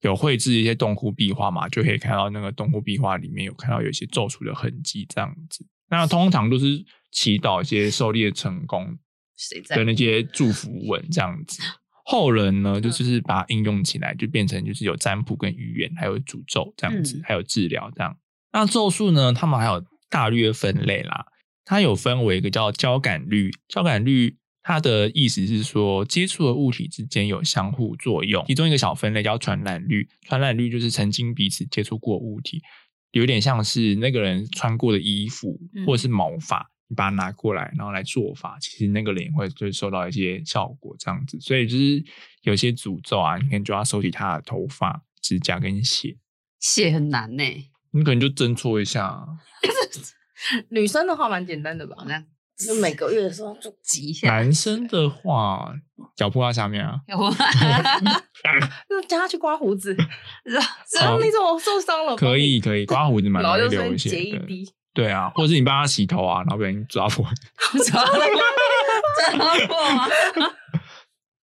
Speaker 2: 有绘制一些洞窟壁画嘛，就可以看到那个洞窟壁画里面有看到有一些咒术的痕迹这样子。那通常都是祈祷一些狩猎成功
Speaker 3: 谁在
Speaker 2: 的？那些祝福文这样子。后人呢，就
Speaker 3: 嗯
Speaker 2: 就是把它应用起来，就变成就是有占卜跟预言，还有诅咒这样子，
Speaker 3: 嗯
Speaker 2: 还有治疗这样。那咒术呢，他们还有大略分类啦，它有分为一个叫交感律，交感律它的意思是说接触的物体之间有相互作用，其中一个小分类叫传染律，传染律就是曾经彼此接触过物体，有点像是那个人穿过的衣服
Speaker 3: 嗯
Speaker 2: 或者是毛发，你把它拿过来，然后来做法，其实那个人也会就是受到一些效果这样子。所以就是有些诅咒啊，你可能就要收集他的头发、指甲跟血，
Speaker 3: 血很难呢、
Speaker 2: 你可能就挣脱一下啊，
Speaker 1: 女生的话蛮简单的吧
Speaker 3: 好，
Speaker 2: 嗯
Speaker 3: 像
Speaker 1: 就每个月的时候就
Speaker 3: 挤一
Speaker 1: 啊
Speaker 2: *laughs*
Speaker 3: 下。
Speaker 2: 男生的话，脚破他下面啊，
Speaker 3: 我
Speaker 1: 就叫他去刮胡
Speaker 2: *laughs*
Speaker 1: 子，
Speaker 3: 是
Speaker 1: 啊，你怎么受伤了？
Speaker 2: 嗯可以可以，刮胡子蛮
Speaker 1: 帮你，然后
Speaker 2: 容易
Speaker 1: 就
Speaker 2: 流
Speaker 1: 说
Speaker 2: 血
Speaker 1: 结一
Speaker 2: 的，
Speaker 1: 滴，
Speaker 2: 对啊，或者是你帮他洗头啊，然后不小心抓破， *laughs*
Speaker 3: *laughs* 抓抓破吗？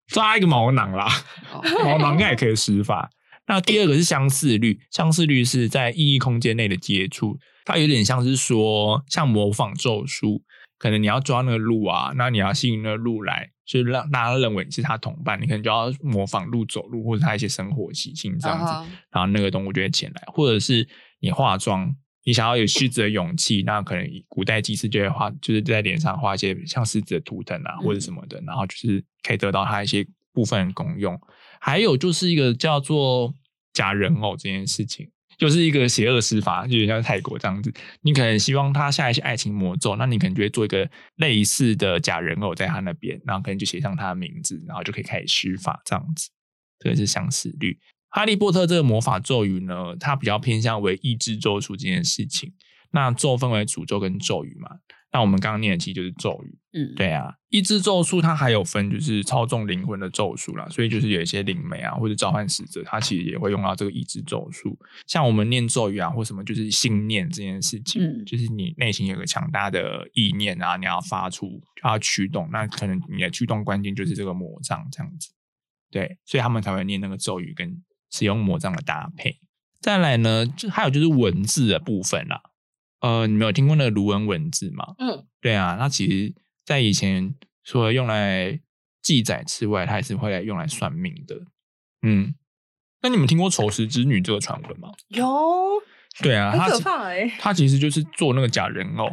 Speaker 2: 抓一个毛囊啦。
Speaker 3: 哦
Speaker 2: 毛囊盖也可以施法。那第二个是相似律，相似律是在意义空间内的接触，它有点像是说像模仿咒术，可能你要抓那个鹿啊，那你要吸引那个鹿来，就是让大家认为你是它同伴，你可能就要模仿鹿走路或者它一些生活习性这样子，
Speaker 3: 啊哈
Speaker 2: 然后那个动物就会前来，或者是你化妆。你想要有狮子的勇气，那可能古代祭祀就会画，就是在脸上画一些像狮子的图腾啊，或者什么的，然后就是可以得到它一些部分的功用。还有就是一个叫做假人偶这件事情，就是一个邪恶施法，就有点像泰国这样子。你可能希望他下一些爱情魔咒，那你可能就会做一个类似的假人偶在他那边，然后可能就写上他的名字，然后就可以开始施法这样子。这个是相似律。哈利波特这个魔法咒语呢，它比较偏向为意志咒术这件事情。那咒分为诅咒跟咒语嘛，那我们刚刚念的其实就是咒语。
Speaker 3: 嗯，
Speaker 2: 对啊，意志咒术它还有分就是操纵灵魂的咒术啦，所以就是有一些灵媒啊或者召唤使者，他其实也会用到这个意志咒术。像我们念咒语啊或什么，就是信念这件事情，
Speaker 3: 嗯
Speaker 2: 就是你内心有个强大的意念啊，你要发出，就要驱动，那可能你的驱动关键就是这个魔杖这样子。对，所以他们才会念那个咒语跟使用魔杖的搭配。再来呢，就还有就是文字的部分啦。呃，你们有听过那个卢文文字吗？
Speaker 1: 嗯，
Speaker 2: 对啊，它其实在以前除了用来记载之外，它也是会来用来算命的。嗯，那你们听过丑时之女这个传闻吗？
Speaker 1: 有
Speaker 2: 对啊，
Speaker 1: 很
Speaker 2: 它
Speaker 1: 可
Speaker 2: 其
Speaker 1: 怕欸
Speaker 2: 它其实就是做那个假人偶，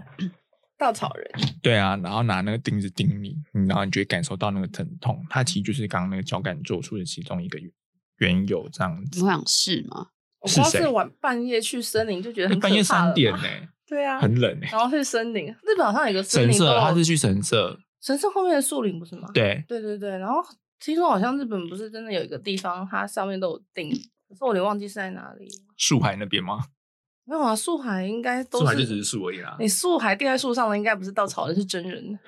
Speaker 1: 稻草人，
Speaker 2: 对啊，然后拿那个钉子钉你，嗯然后你就会感受到那个疼痛。它其实就是刚刚那个脚感做出的其中一个缘缘由，这样
Speaker 3: 你
Speaker 2: 子
Speaker 3: 会。想试吗？
Speaker 1: 我
Speaker 2: 是
Speaker 1: 光
Speaker 2: 谁哎
Speaker 1: 是晚半夜去森林就觉得很可怕
Speaker 2: 半夜三
Speaker 1: 了
Speaker 2: 点
Speaker 1: 吧
Speaker 2: 呢、
Speaker 1: 对啊，
Speaker 2: 很
Speaker 1: *laughs*
Speaker 2: 冷哎、
Speaker 1: 然后去森林，日本好像有一个森
Speaker 2: 神
Speaker 1: 林都
Speaker 2: 社，
Speaker 1: 有，
Speaker 2: 他是去神社，
Speaker 1: 神社后面的树林不是吗？
Speaker 2: 对，
Speaker 1: 对对对，然后听说好像日本不是真的有一个地方，它上面都有钉，可是我有点忘记是在哪里了。
Speaker 2: 树海那边吗？
Speaker 1: 没有啊，树海应该都
Speaker 2: 树海
Speaker 1: 是
Speaker 2: 就只是树而已啦。
Speaker 1: 你树海钉在树上的应该不是稻草人，是真人。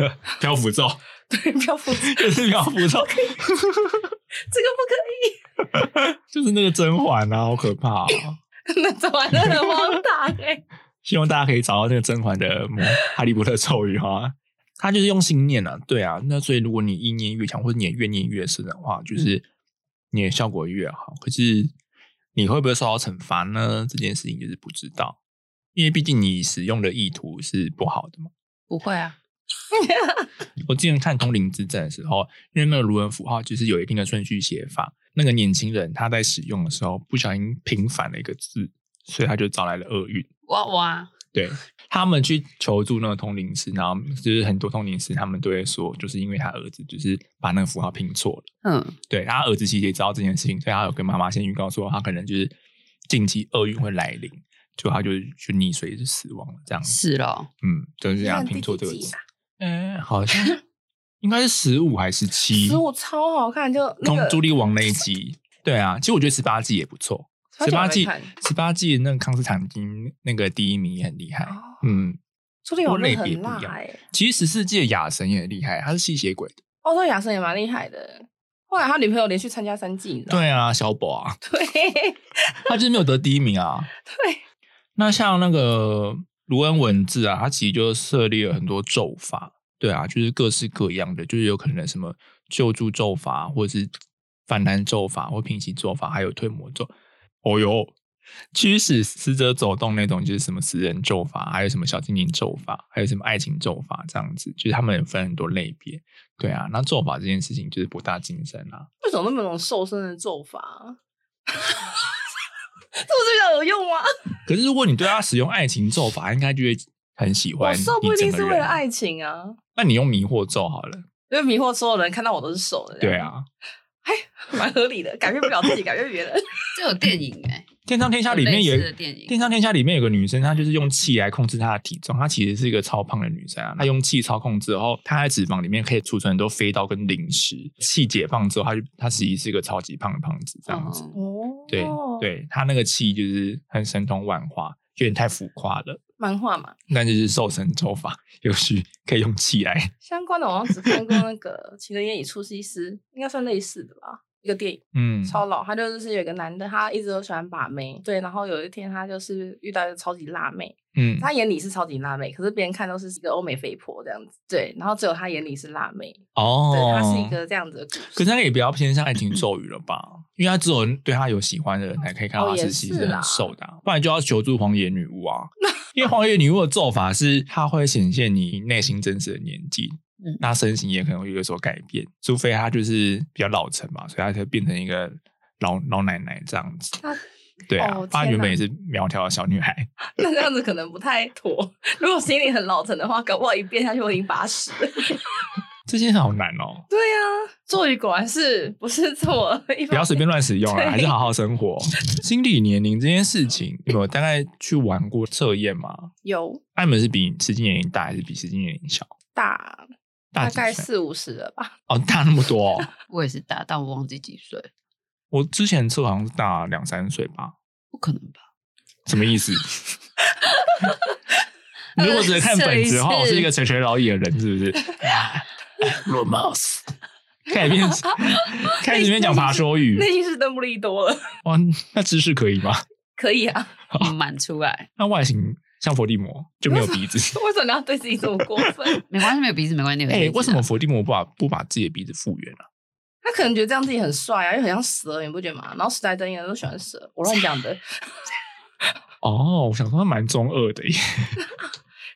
Speaker 1: *laughs*
Speaker 2: 漂浮咒， *laughs*
Speaker 1: 对，不要复制，这
Speaker 2: 就
Speaker 1: 个
Speaker 2: 是漂浮咒， *laughs*
Speaker 1: 不
Speaker 2: 就是那个甄嬛啊，好可怕、啊！
Speaker 1: 可以，那啊怎么玩的很荒唐哎、
Speaker 3: 欸
Speaker 2: 希望大家可以找到那个甄嬛的魔哈利波特咒语哈。他就是用心念啊，对啊。那所以如果你意念越强，或者你也越念越深的话，就是你的效果越好。可是你会不会受到惩罚呢？这件事情就是不知道，因为毕竟你使用的意图是不好的嘛。
Speaker 3: *laughs* 不会啊，
Speaker 2: 我之前看《通灵之战》的时候，因为那个卢恩符号就是有一定的顺序写法，那个年轻人他在使用的时候不小心平反了一个字，所以他就招来了厄运。
Speaker 3: 哇哇，
Speaker 2: 对他们去求助那个通灵师，然后就是很多通灵师他们都会说，就是因为他儿子就是把那个符号拼错了。
Speaker 3: 嗯，
Speaker 2: 对，他儿子其实也知道这件事情，所以他有跟妈妈先预告说他可能就是近期厄运会来临，就他就去溺水就死亡了这样子。
Speaker 3: 是咯，
Speaker 2: 嗯，就是这样拼错这个
Speaker 1: 啊
Speaker 2: 字。嗯，好像应该是十五还是七？
Speaker 1: 十五超好看，就那
Speaker 2: 从
Speaker 1: 个
Speaker 2: 朱莉王那一集。对啊，其实我觉得十八季也不错。十八季，十八季那个康斯坦丁那个第一名也很厉害。
Speaker 1: 哦
Speaker 2: 嗯，
Speaker 1: 朱莉王真的
Speaker 2: 类别
Speaker 1: 很
Speaker 2: 不
Speaker 1: 辣
Speaker 2: 一样
Speaker 1: 哎、
Speaker 2: 其实十四届亚神也很厉害，他是吸血鬼的。
Speaker 1: 欧洲亚森也蛮厉害的。后来他女朋友连续参加三季，你知道吗 *laughs*
Speaker 2: 对啊，小宝啊，
Speaker 1: 对
Speaker 2: 他就是没有得第一名啊。
Speaker 1: 对，
Speaker 2: 那像那个卢恩文字啊，他其实就设立了很多咒法，对啊，就是各式各样的，就是有可能什么救助咒法，或者是反弹咒法，或平息咒法，还有退魔咒。哦哟，驱使死者走动那种，就是什么死人咒法，还有什么小精灵咒法，还有什么爱情咒法，这样子，就是他们有分很多类别。对啊，那咒法这件事情就是博大精深啊。
Speaker 1: 为什么那么种瘦身的做法啊？ *laughs* 这不是比较有用吗？
Speaker 2: 可是如果你对他使用爱情咒法，应该就会很喜欢。
Speaker 1: 我瘦哦不一定是为了，爱情啊，
Speaker 2: 那你用迷惑咒好了。
Speaker 1: 因为迷惑所有人看到我都是瘦的。这
Speaker 2: 对
Speaker 1: 样，
Speaker 2: 啊， *laughs*
Speaker 1: 蛮合理 *laughs* 的，改变不了自己，改变别人。
Speaker 3: 这有电影哎、欸，
Speaker 2: 《天上天下》里
Speaker 3: 有
Speaker 2: 面
Speaker 3: 类
Speaker 2: 也
Speaker 3: 似
Speaker 1: 啊
Speaker 3: 的电
Speaker 2: 《天
Speaker 3: 影，
Speaker 2: 上天下》里面有个女生，她就是用气来控制她的体重，她其实是一个超胖的女生啊。她用气操控之后，她在脂肪里面可以储存很多飞刀跟零食。气解放之后，她就她其实是一个超级胖的胖子这样子。
Speaker 3: 嗯，
Speaker 1: 哦，
Speaker 2: 对，对，她那个气就是很神通万化，有点太浮夸了。
Speaker 1: 漫画嘛，
Speaker 2: 那就是瘦身咒法， *laughs* 也许可以用气来。
Speaker 1: 相关的我好像只看过那个《情人眼里出西施》，应该算类似的吧，一个电影。
Speaker 2: 嗯，
Speaker 1: 超老，他就是有一个男的，他一直都喜欢把妹，对，然后有一天他就是遇到一个超级辣妹，
Speaker 2: 嗯，
Speaker 1: 他眼里是超级辣妹，可是别人看都是一个欧美肥婆这样子，对，然后只有他眼里是辣妹，
Speaker 2: 哦，
Speaker 1: 对，他是一个这样子的故事。
Speaker 2: 可是那个也比较偏向爱情咒语了
Speaker 1: *laughs*
Speaker 2: 吧？因为他只有对他有喜欢的人才可以看到他
Speaker 1: 哦
Speaker 2: 是
Speaker 1: 也
Speaker 2: 其
Speaker 1: 是
Speaker 2: 实很
Speaker 1: 啦
Speaker 2: 瘦的啊、不然就要求助荒野女巫
Speaker 1: *laughs*
Speaker 2: 啊。因为荒野女巫的做法是，它会显现你内心真实的年纪，
Speaker 3: 嗯
Speaker 2: 那身形也可能会有所改变，除非她就是比较老成嘛，所以她才变成一个老老奶奶这样子。
Speaker 1: 那
Speaker 2: 对啊
Speaker 1: 哦，
Speaker 2: 她、
Speaker 1: 天
Speaker 2: 原本
Speaker 1: 哪
Speaker 2: 也是苗条的小女孩，
Speaker 1: *laughs* 那这样子可能不太妥。如果心里很老成的话，搞不好一变下去我已经八十。
Speaker 2: 这些好难哦，
Speaker 1: 对啊，咒语果然是不是错？一
Speaker 2: 不要随便乱使用了，
Speaker 1: 对
Speaker 2: 还是好好生活。 *laughs* 心理年龄这件事情，你们有大概去玩过测验吗？
Speaker 1: 有
Speaker 2: 艾门是比实际年龄大还是比实际年龄小？
Speaker 1: 大
Speaker 2: 大
Speaker 1: 大
Speaker 2: 几岁
Speaker 1: 概四五十了吧？
Speaker 2: 哦，大那么多、哦。 *laughs*
Speaker 3: 我也是大，但我忘记几岁了，
Speaker 2: 我之前测好像是大两三岁吧，
Speaker 3: 不可能吧？
Speaker 2: 什么
Speaker 1: *laughs*
Speaker 2: 意思？你如果只看本子的话，
Speaker 3: 测一次
Speaker 2: 我是一个垂垂老矣的人，是
Speaker 1: *laughs*
Speaker 2: 不啊是？落 mouse，开始变，开始变讲爬说
Speaker 1: *laughs*
Speaker 2: 语
Speaker 1: 内，心是邓布利多了，
Speaker 2: 哇，那姿势可以吗？
Speaker 1: 可以啊？ *laughs*
Speaker 3: 满出来
Speaker 2: 那外形像伏地魔就没有鼻子。
Speaker 1: 为什么你要对自己这么过分？ *laughs*
Speaker 3: 没关系，没有鼻子没关系，你有
Speaker 2: 哎、
Speaker 3: 鼻子啊
Speaker 2: 为什么伏地魔不把不把自己的鼻子复原啊？
Speaker 1: 他可能觉得这样自己很帅啊，又很像蛇，你不觉得吗？然后时代真言都喜欢蛇，我乱讲的。 *laughs*
Speaker 2: 哦，我想说他蛮中二 *laughs* 的耶，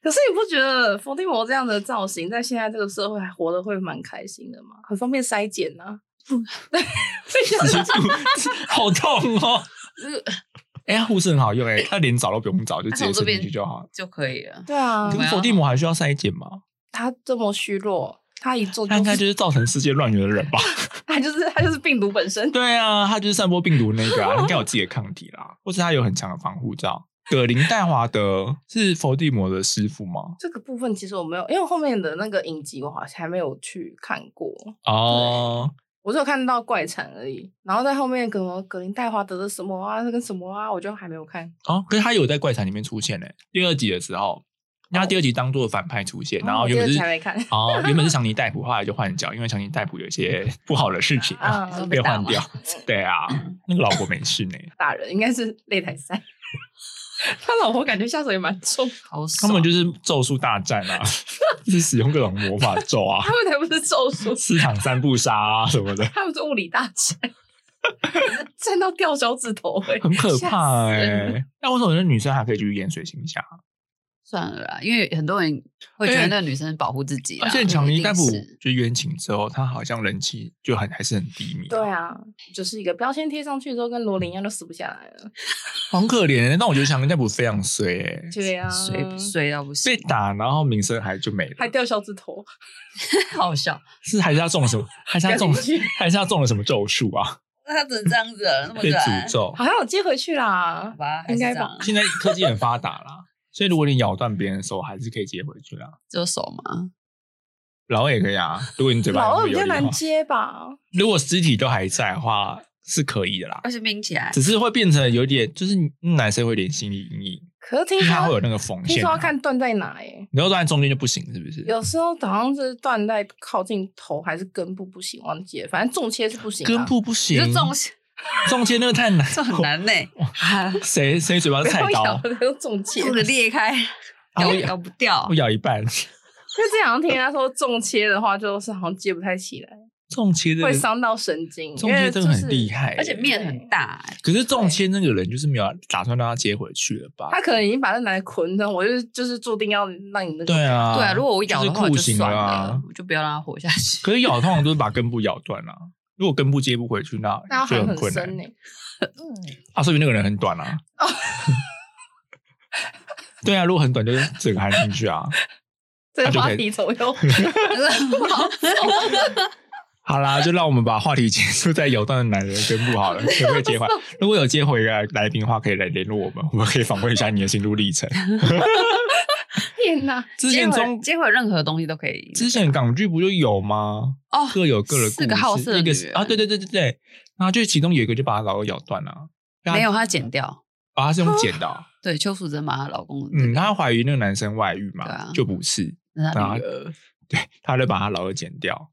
Speaker 1: 可是你不觉得伏地魔这样的造型，在现在这个社会还活得会蛮开心的吗？很方便筛啊检呐、 *laughs*
Speaker 2: 好痛哦。哎、呀，护士很好用哎、他连找都不用找，就直接伸进去就好了。
Speaker 3: 就可以了。
Speaker 1: 对啊
Speaker 2: 可，是伏地魔还需要筛检吗？
Speaker 1: 他这么虚弱，他一做就
Speaker 2: 他应该就是造成世界乱源的 *laughs* 人吧？
Speaker 1: 他就是他就是病毒本身。 *laughs*
Speaker 2: 对啊，他就是散播病毒的那个啊，他应该有自己的抗体啦，或是他有很强的防护罩。葛林戴华德是伏地魔的师傅吗？
Speaker 1: 这个部分其实我没有，因为后面的那个影集我好像还没有去看过，
Speaker 2: 哦，
Speaker 1: 我只有看到怪产而已。然后在后面什么格林戴华德的什么啊，那个什么啊，我就还没有看。
Speaker 2: 哦，可是他有在怪谈里面出现呢、哎第二集的时候，那他第二集当做反派出现，
Speaker 1: 哦
Speaker 2: 然后原本是
Speaker 1: 我第二集还没看
Speaker 3: *laughs*
Speaker 2: 哦，原本是强尼戴普，后来就换角，因为强尼戴普有一些不好的事情
Speaker 1: 啊，
Speaker 2: 啊，被
Speaker 3: 嗯被打
Speaker 2: 换
Speaker 3: 吗
Speaker 2: 掉。 *laughs* 对
Speaker 3: *laughs*
Speaker 2: 啊，那个老婆没事呢。
Speaker 1: 打人应该是擂台赛。 *laughs* 他老婆感觉下手也蛮重，
Speaker 3: 好
Speaker 2: 他
Speaker 3: 爽，
Speaker 2: 们就是咒术大战啊， *laughs* 就是使用各种魔法
Speaker 3: *laughs*
Speaker 2: 咒啊
Speaker 1: 他，们才不是咒
Speaker 2: *laughs*
Speaker 1: 术，
Speaker 2: 四场三不杀啊什么的，
Speaker 1: 他们是物理大战， *laughs* 战到掉小指头、欸，
Speaker 2: 很可怕
Speaker 1: 吓
Speaker 2: 哎、
Speaker 1: 死人
Speaker 2: 那为什么那女生还可以去演水行侠？
Speaker 3: 算了啦，因为很多人会
Speaker 2: 哎
Speaker 3: 觉得那个女生保护自己啦，
Speaker 2: 而且强尼
Speaker 3: 一定
Speaker 2: 戴普
Speaker 3: 是
Speaker 2: 就冤情之后，他好像人气就很还是很低迷、
Speaker 1: 对，啊，就是一个标签贴上去之后，跟罗琳一样都死不下来了。
Speaker 2: 很可怜、欸。但我觉得强尼戴普非常衰哎、
Speaker 1: 对啊，
Speaker 3: 睡睡到不行
Speaker 2: 被，打，然后名声还就没了，
Speaker 1: 还掉小指头，
Speaker 3: *laughs* 好笑。
Speaker 2: 是还是他中了什么？
Speaker 3: *laughs*
Speaker 2: 还是他中了
Speaker 1: 不要进去？
Speaker 2: 还是他中了什么咒术啊？
Speaker 3: 那他只能这样子了，那么
Speaker 2: 被
Speaker 3: 短，
Speaker 2: 诅咒
Speaker 1: 好。像我接回去啦
Speaker 3: 好。吧，还
Speaker 1: 应
Speaker 3: 是
Speaker 1: 该
Speaker 3: 这
Speaker 1: 吧
Speaker 3: 样，
Speaker 2: 现在科技很发达啦，所以如果你咬断别人的手，还是可以接回去啦。
Speaker 3: 只有手嘛，
Speaker 2: 老二也可以啊，如果你嘴巴
Speaker 1: 老
Speaker 2: 还
Speaker 1: 二
Speaker 2: 会
Speaker 1: 比
Speaker 2: 有
Speaker 1: 较
Speaker 2: 力的
Speaker 1: 难
Speaker 2: 话
Speaker 1: 接吧？
Speaker 2: 如果尸体都还在的话，是可以的啦
Speaker 3: 而。且冰起来
Speaker 2: 只是会变成有点，就是嗯男生会有点心理阴影，
Speaker 1: 可是听
Speaker 2: 因为他会有
Speaker 1: 说
Speaker 2: 那个缝
Speaker 1: 听
Speaker 2: 线
Speaker 1: 说
Speaker 2: 啊。
Speaker 1: 要看断在哪、欸，
Speaker 2: 你要断在中间就不行，是不是？
Speaker 1: 有时候好像是断在靠近头还是根部不行，忘记了，反正中切是不行、啊。
Speaker 2: 根部不
Speaker 3: 你
Speaker 2: 行
Speaker 3: 就，中线，
Speaker 2: 中间那个太难，
Speaker 3: 这很。难欸
Speaker 2: *laughs*
Speaker 3: 呢，
Speaker 2: 谁谁
Speaker 1: *laughs*
Speaker 2: 嘴巴是
Speaker 1: 不
Speaker 2: 菜
Speaker 1: 要咬
Speaker 2: 刀？
Speaker 1: 的都中切，
Speaker 3: 肚子裂开，
Speaker 2: 啊
Speaker 3: 咬
Speaker 2: 我
Speaker 3: 咬不掉
Speaker 2: 我，咬一半，
Speaker 1: 因为之前好像听人家说中切的话，就是好像接不太起来，
Speaker 2: 中 *laughs* 切这个
Speaker 1: 会伤到神经。
Speaker 2: 中
Speaker 1: 因为
Speaker 2: 切真的
Speaker 1: 就是
Speaker 2: 很厉害欸，
Speaker 3: 而且面很大欸，
Speaker 2: 可是中签那个人就是没有打算让他接回去了吧？
Speaker 1: 他可能已经把那男的捆上，我就是就是注定要让你那个。
Speaker 2: 对啊，
Speaker 3: 对啊，如果我咬的话
Speaker 2: 就
Speaker 3: 就是
Speaker 2: 酷刑
Speaker 3: 算
Speaker 2: 啊
Speaker 3: 了，。我就不要让它活下去。
Speaker 2: 可是咬通常都是把根部咬断啊，如果根部接不回去，
Speaker 3: *laughs*
Speaker 2: 那
Speaker 1: 那要
Speaker 2: 就
Speaker 1: 喊很
Speaker 2: 困
Speaker 1: 深
Speaker 2: 难
Speaker 1: 呢、
Speaker 2: 啊。说明那个人很短啊。
Speaker 3: 哦
Speaker 2: *laughs* 对啊，如果很短，就是整个含进去
Speaker 3: *laughs*
Speaker 2: 啊。
Speaker 1: 这
Speaker 2: 他
Speaker 1: 个
Speaker 2: 就
Speaker 1: 话
Speaker 2: 可以
Speaker 1: 题怎么
Speaker 2: *laughs*
Speaker 1: 又
Speaker 2: 好啦，就让我们把话题结束在咬断的男人的根部好了，可不可以
Speaker 3: *laughs*
Speaker 2: 接回来？如果有接回来来宾的话，可以来联络我们，我们可以访问一下你的心路历程。
Speaker 1: *laughs* 天哪？
Speaker 2: *laughs* 之
Speaker 3: 接
Speaker 2: 前
Speaker 3: 回
Speaker 2: 中
Speaker 3: 接回任何东西都可以。
Speaker 2: 之前港剧不就有吗？
Speaker 3: 哦，
Speaker 2: 各有各的故事，
Speaker 3: 四个好色的
Speaker 2: 一个
Speaker 3: 女
Speaker 2: 是
Speaker 3: 人
Speaker 2: 啊，对对对对对，然后就其中有一个就把她老公咬断了、啊，对啊
Speaker 3: 没有，她剪掉。
Speaker 2: 啊，她是用
Speaker 3: *laughs*
Speaker 2: 剪的哦、
Speaker 3: 对，邱淑贞把她老公，
Speaker 2: 嗯，，啊她怀疑那个男生外遇嘛，
Speaker 3: 对啊
Speaker 2: 就不是，
Speaker 3: 那
Speaker 2: 然
Speaker 3: 她
Speaker 2: 后
Speaker 3: 女儿，
Speaker 2: 对，她 *laughs* 就把她老二剪掉，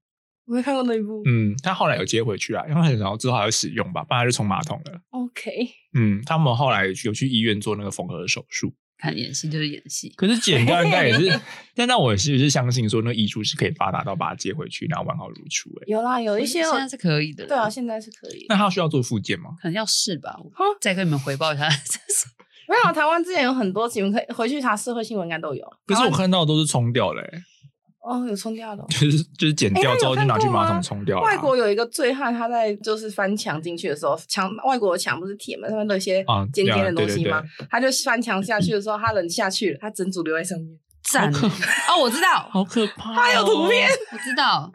Speaker 1: 我没看过那一部。
Speaker 2: 嗯，她后来有接回去啊，因为然后之后还有使用吧，不然她就冲马桶了，
Speaker 1: OK，
Speaker 2: 嗯，他们后来有去有去医院做那个缝合手术，
Speaker 3: 看演戏就是演戏，
Speaker 2: 可是剪掉应该也
Speaker 3: *laughs*
Speaker 2: 是，但那我是是相信说那个医术是可以发达到把它接回去，然后完好如初、欸，
Speaker 1: 有啦，有一些
Speaker 3: 现在是可以的啦。
Speaker 1: 对啊，现在是可以。
Speaker 2: 那他需要做复健吗？
Speaker 3: 可能要试吧，我
Speaker 1: 哈
Speaker 3: 再跟你们回报
Speaker 2: *laughs*
Speaker 3: 一下。
Speaker 1: 没有，啊台湾之前有很多集，你们可以回去查社会新闻，应该都有。
Speaker 2: 可是我
Speaker 1: 台湾
Speaker 2: 看到都是冲掉了、欸。
Speaker 1: 哦，有冲掉的哦。
Speaker 2: *laughs* 就是就是剪掉之后就拿去马桶冲掉了啊、
Speaker 1: 外国有一个醉汉，他在就是翻墙进去的时候，墙外国的墙不是铁门上面都有一些
Speaker 2: 啊
Speaker 1: 尖尖的
Speaker 2: 对
Speaker 1: 东
Speaker 2: 对
Speaker 1: 西
Speaker 2: 对
Speaker 1: 吗？他就翻墙下去的时候，他人下去了，他整组留在上面。
Speaker 3: 赞哦，我知道，
Speaker 2: 好可怕、哦
Speaker 1: 他有图片，
Speaker 3: 我知道，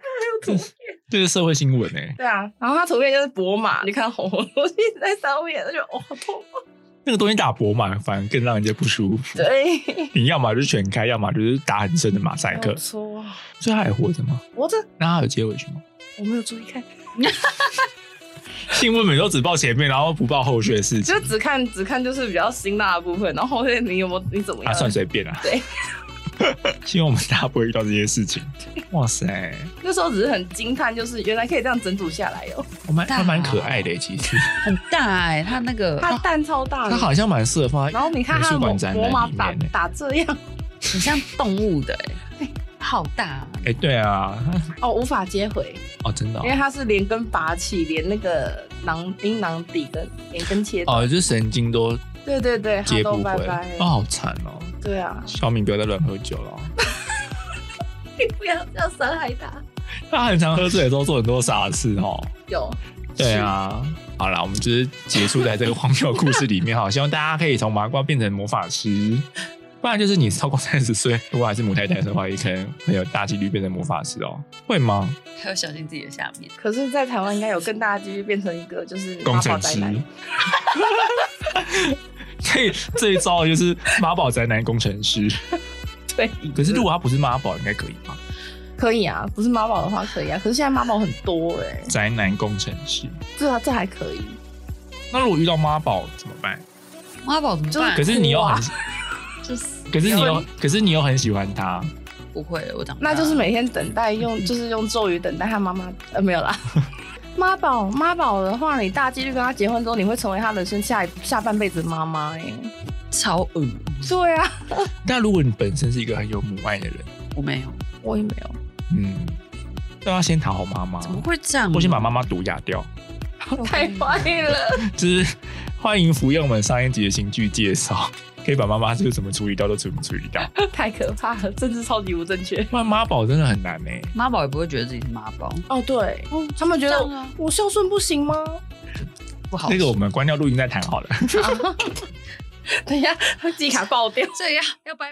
Speaker 2: 这是社会新闻哎、
Speaker 1: 对啊，然后他图片就是博马，你看红红的东西在上面，他就哦好痛。
Speaker 2: *laughs* 那个东西打薄嘛，反而更让人家不舒服。
Speaker 1: 对，嗯
Speaker 2: 你要么就是全开，要么就是打很深的马赛克
Speaker 1: 没。错，
Speaker 2: 所以他还活着吗？
Speaker 1: 我这
Speaker 2: 那他有接回去吗？
Speaker 1: 我没有注意看，
Speaker 2: 新闻每都只报前面，然后不报后续的事情
Speaker 1: 就，只看只看就是比较辛辣的部分，然后后面你有没有你怎么
Speaker 2: 他、
Speaker 1: 样？
Speaker 2: 算随便啊。
Speaker 1: 对，
Speaker 2: 希望我们大家不会遇到这些事情。哇塞，
Speaker 1: 那时候只是很惊叹，就是原来可以这样整组下来
Speaker 2: *laughs*
Speaker 1: 哦，
Speaker 2: 我蛮
Speaker 3: 大
Speaker 2: 他蛮可爱的、欸，其实
Speaker 3: 很大哎，他那个
Speaker 1: 它蛋超大
Speaker 2: 他
Speaker 1: 的。
Speaker 2: 好像蛮适合放在
Speaker 1: 然后你看
Speaker 2: 美
Speaker 1: 它
Speaker 2: 术
Speaker 1: 的魔
Speaker 2: 馆展
Speaker 1: 魔马
Speaker 2: 览里
Speaker 1: 打
Speaker 2: 面、欸。
Speaker 1: 打这样，
Speaker 3: 很像动物的哎，好大，
Speaker 2: 哎、对啊，
Speaker 1: 哦，无法接回，
Speaker 2: 哦，真的哦
Speaker 1: 因为它是连根拔起，连那个囊阴囊底跟连根切断。
Speaker 2: 哦，就神经都
Speaker 1: 对对对，它
Speaker 2: 接
Speaker 1: 都
Speaker 2: 不
Speaker 1: 拜
Speaker 2: 回，
Speaker 1: 拜。
Speaker 2: 哦，，好惨哦。
Speaker 1: 对啊，
Speaker 2: 小敏不要再乱喝酒了，哦
Speaker 1: 你不要这样伤害它。
Speaker 2: *laughs* 他很常喝醉的时候做很多傻事哦。 *laughs*
Speaker 1: 有，
Speaker 2: 对啊，好啦，我们就是结束在这个荒谬的故事里面 *laughs* 哈，希望大家可以从麻瓜变成魔法师。不然就是你超过三十岁，如果还是母胎单身的话，也可能很有大几率变成魔法师哦。会吗？
Speaker 3: 还有小心自己的下面。
Speaker 1: 可是，在台湾应该有更大的几率变成一个就是
Speaker 2: 工
Speaker 1: 妈宝
Speaker 2: 程
Speaker 1: 宅
Speaker 2: 师
Speaker 1: 男。。
Speaker 2: *laughs* 所以这一招就是妈宝宅男工程 *laughs* 师。
Speaker 1: 对，
Speaker 2: 可是如果他不是妈宝，应该可以吧？
Speaker 1: 可以啊，不是妈宝的话可以啊。可是现在妈宝很多哎、欸，
Speaker 2: 宅男工程师。
Speaker 1: 这啊这还可以。
Speaker 2: 那如果遇到妈宝怎么办？
Speaker 3: 妈宝怎么
Speaker 1: 就是
Speaker 3: 办？
Speaker 2: 可是你又很，
Speaker 3: 啊就是
Speaker 2: 可是你
Speaker 3: 要 *laughs*
Speaker 2: 又，可是你又很喜欢他。
Speaker 3: 不会，我长
Speaker 1: 那
Speaker 3: 大了
Speaker 1: 就是每天等待用，就是用咒语等待他妈妈。呃，没有啦。 *laughs* 妈宝妈宝的话，你大几率跟他结婚之后，你会成为他人生下一下半辈子的妈妈哎。
Speaker 3: 超恶，
Speaker 1: 对啊，
Speaker 2: 但如果你本身是一个很有母爱的人，
Speaker 3: 我没有，
Speaker 1: 我也没有。
Speaker 2: 嗯，都要先讨好妈妈
Speaker 3: 怎，么会这样？
Speaker 2: 或先把妈妈毒哑掉。
Speaker 1: 太坏了！
Speaker 2: 就是欢迎服用我们上一集的刑具介绍， *laughs* 可以把妈妈就是怎么处理掉都怎么处理掉。
Speaker 1: 太可怕了，政治超级不正确。
Speaker 2: 不然妈宝真的很难欸呢、
Speaker 3: 妈宝也不会觉得自己是妈宝，
Speaker 1: 哦，对，他们觉
Speaker 3: 这
Speaker 1: 得
Speaker 3: 样啊
Speaker 1: 我孝顺不行 *laughs* 吗？
Speaker 3: 不好
Speaker 2: 这个我们关掉录音再谈好了。
Speaker 1: 等一下，他记忆卡爆掉。
Speaker 3: 这样要拜。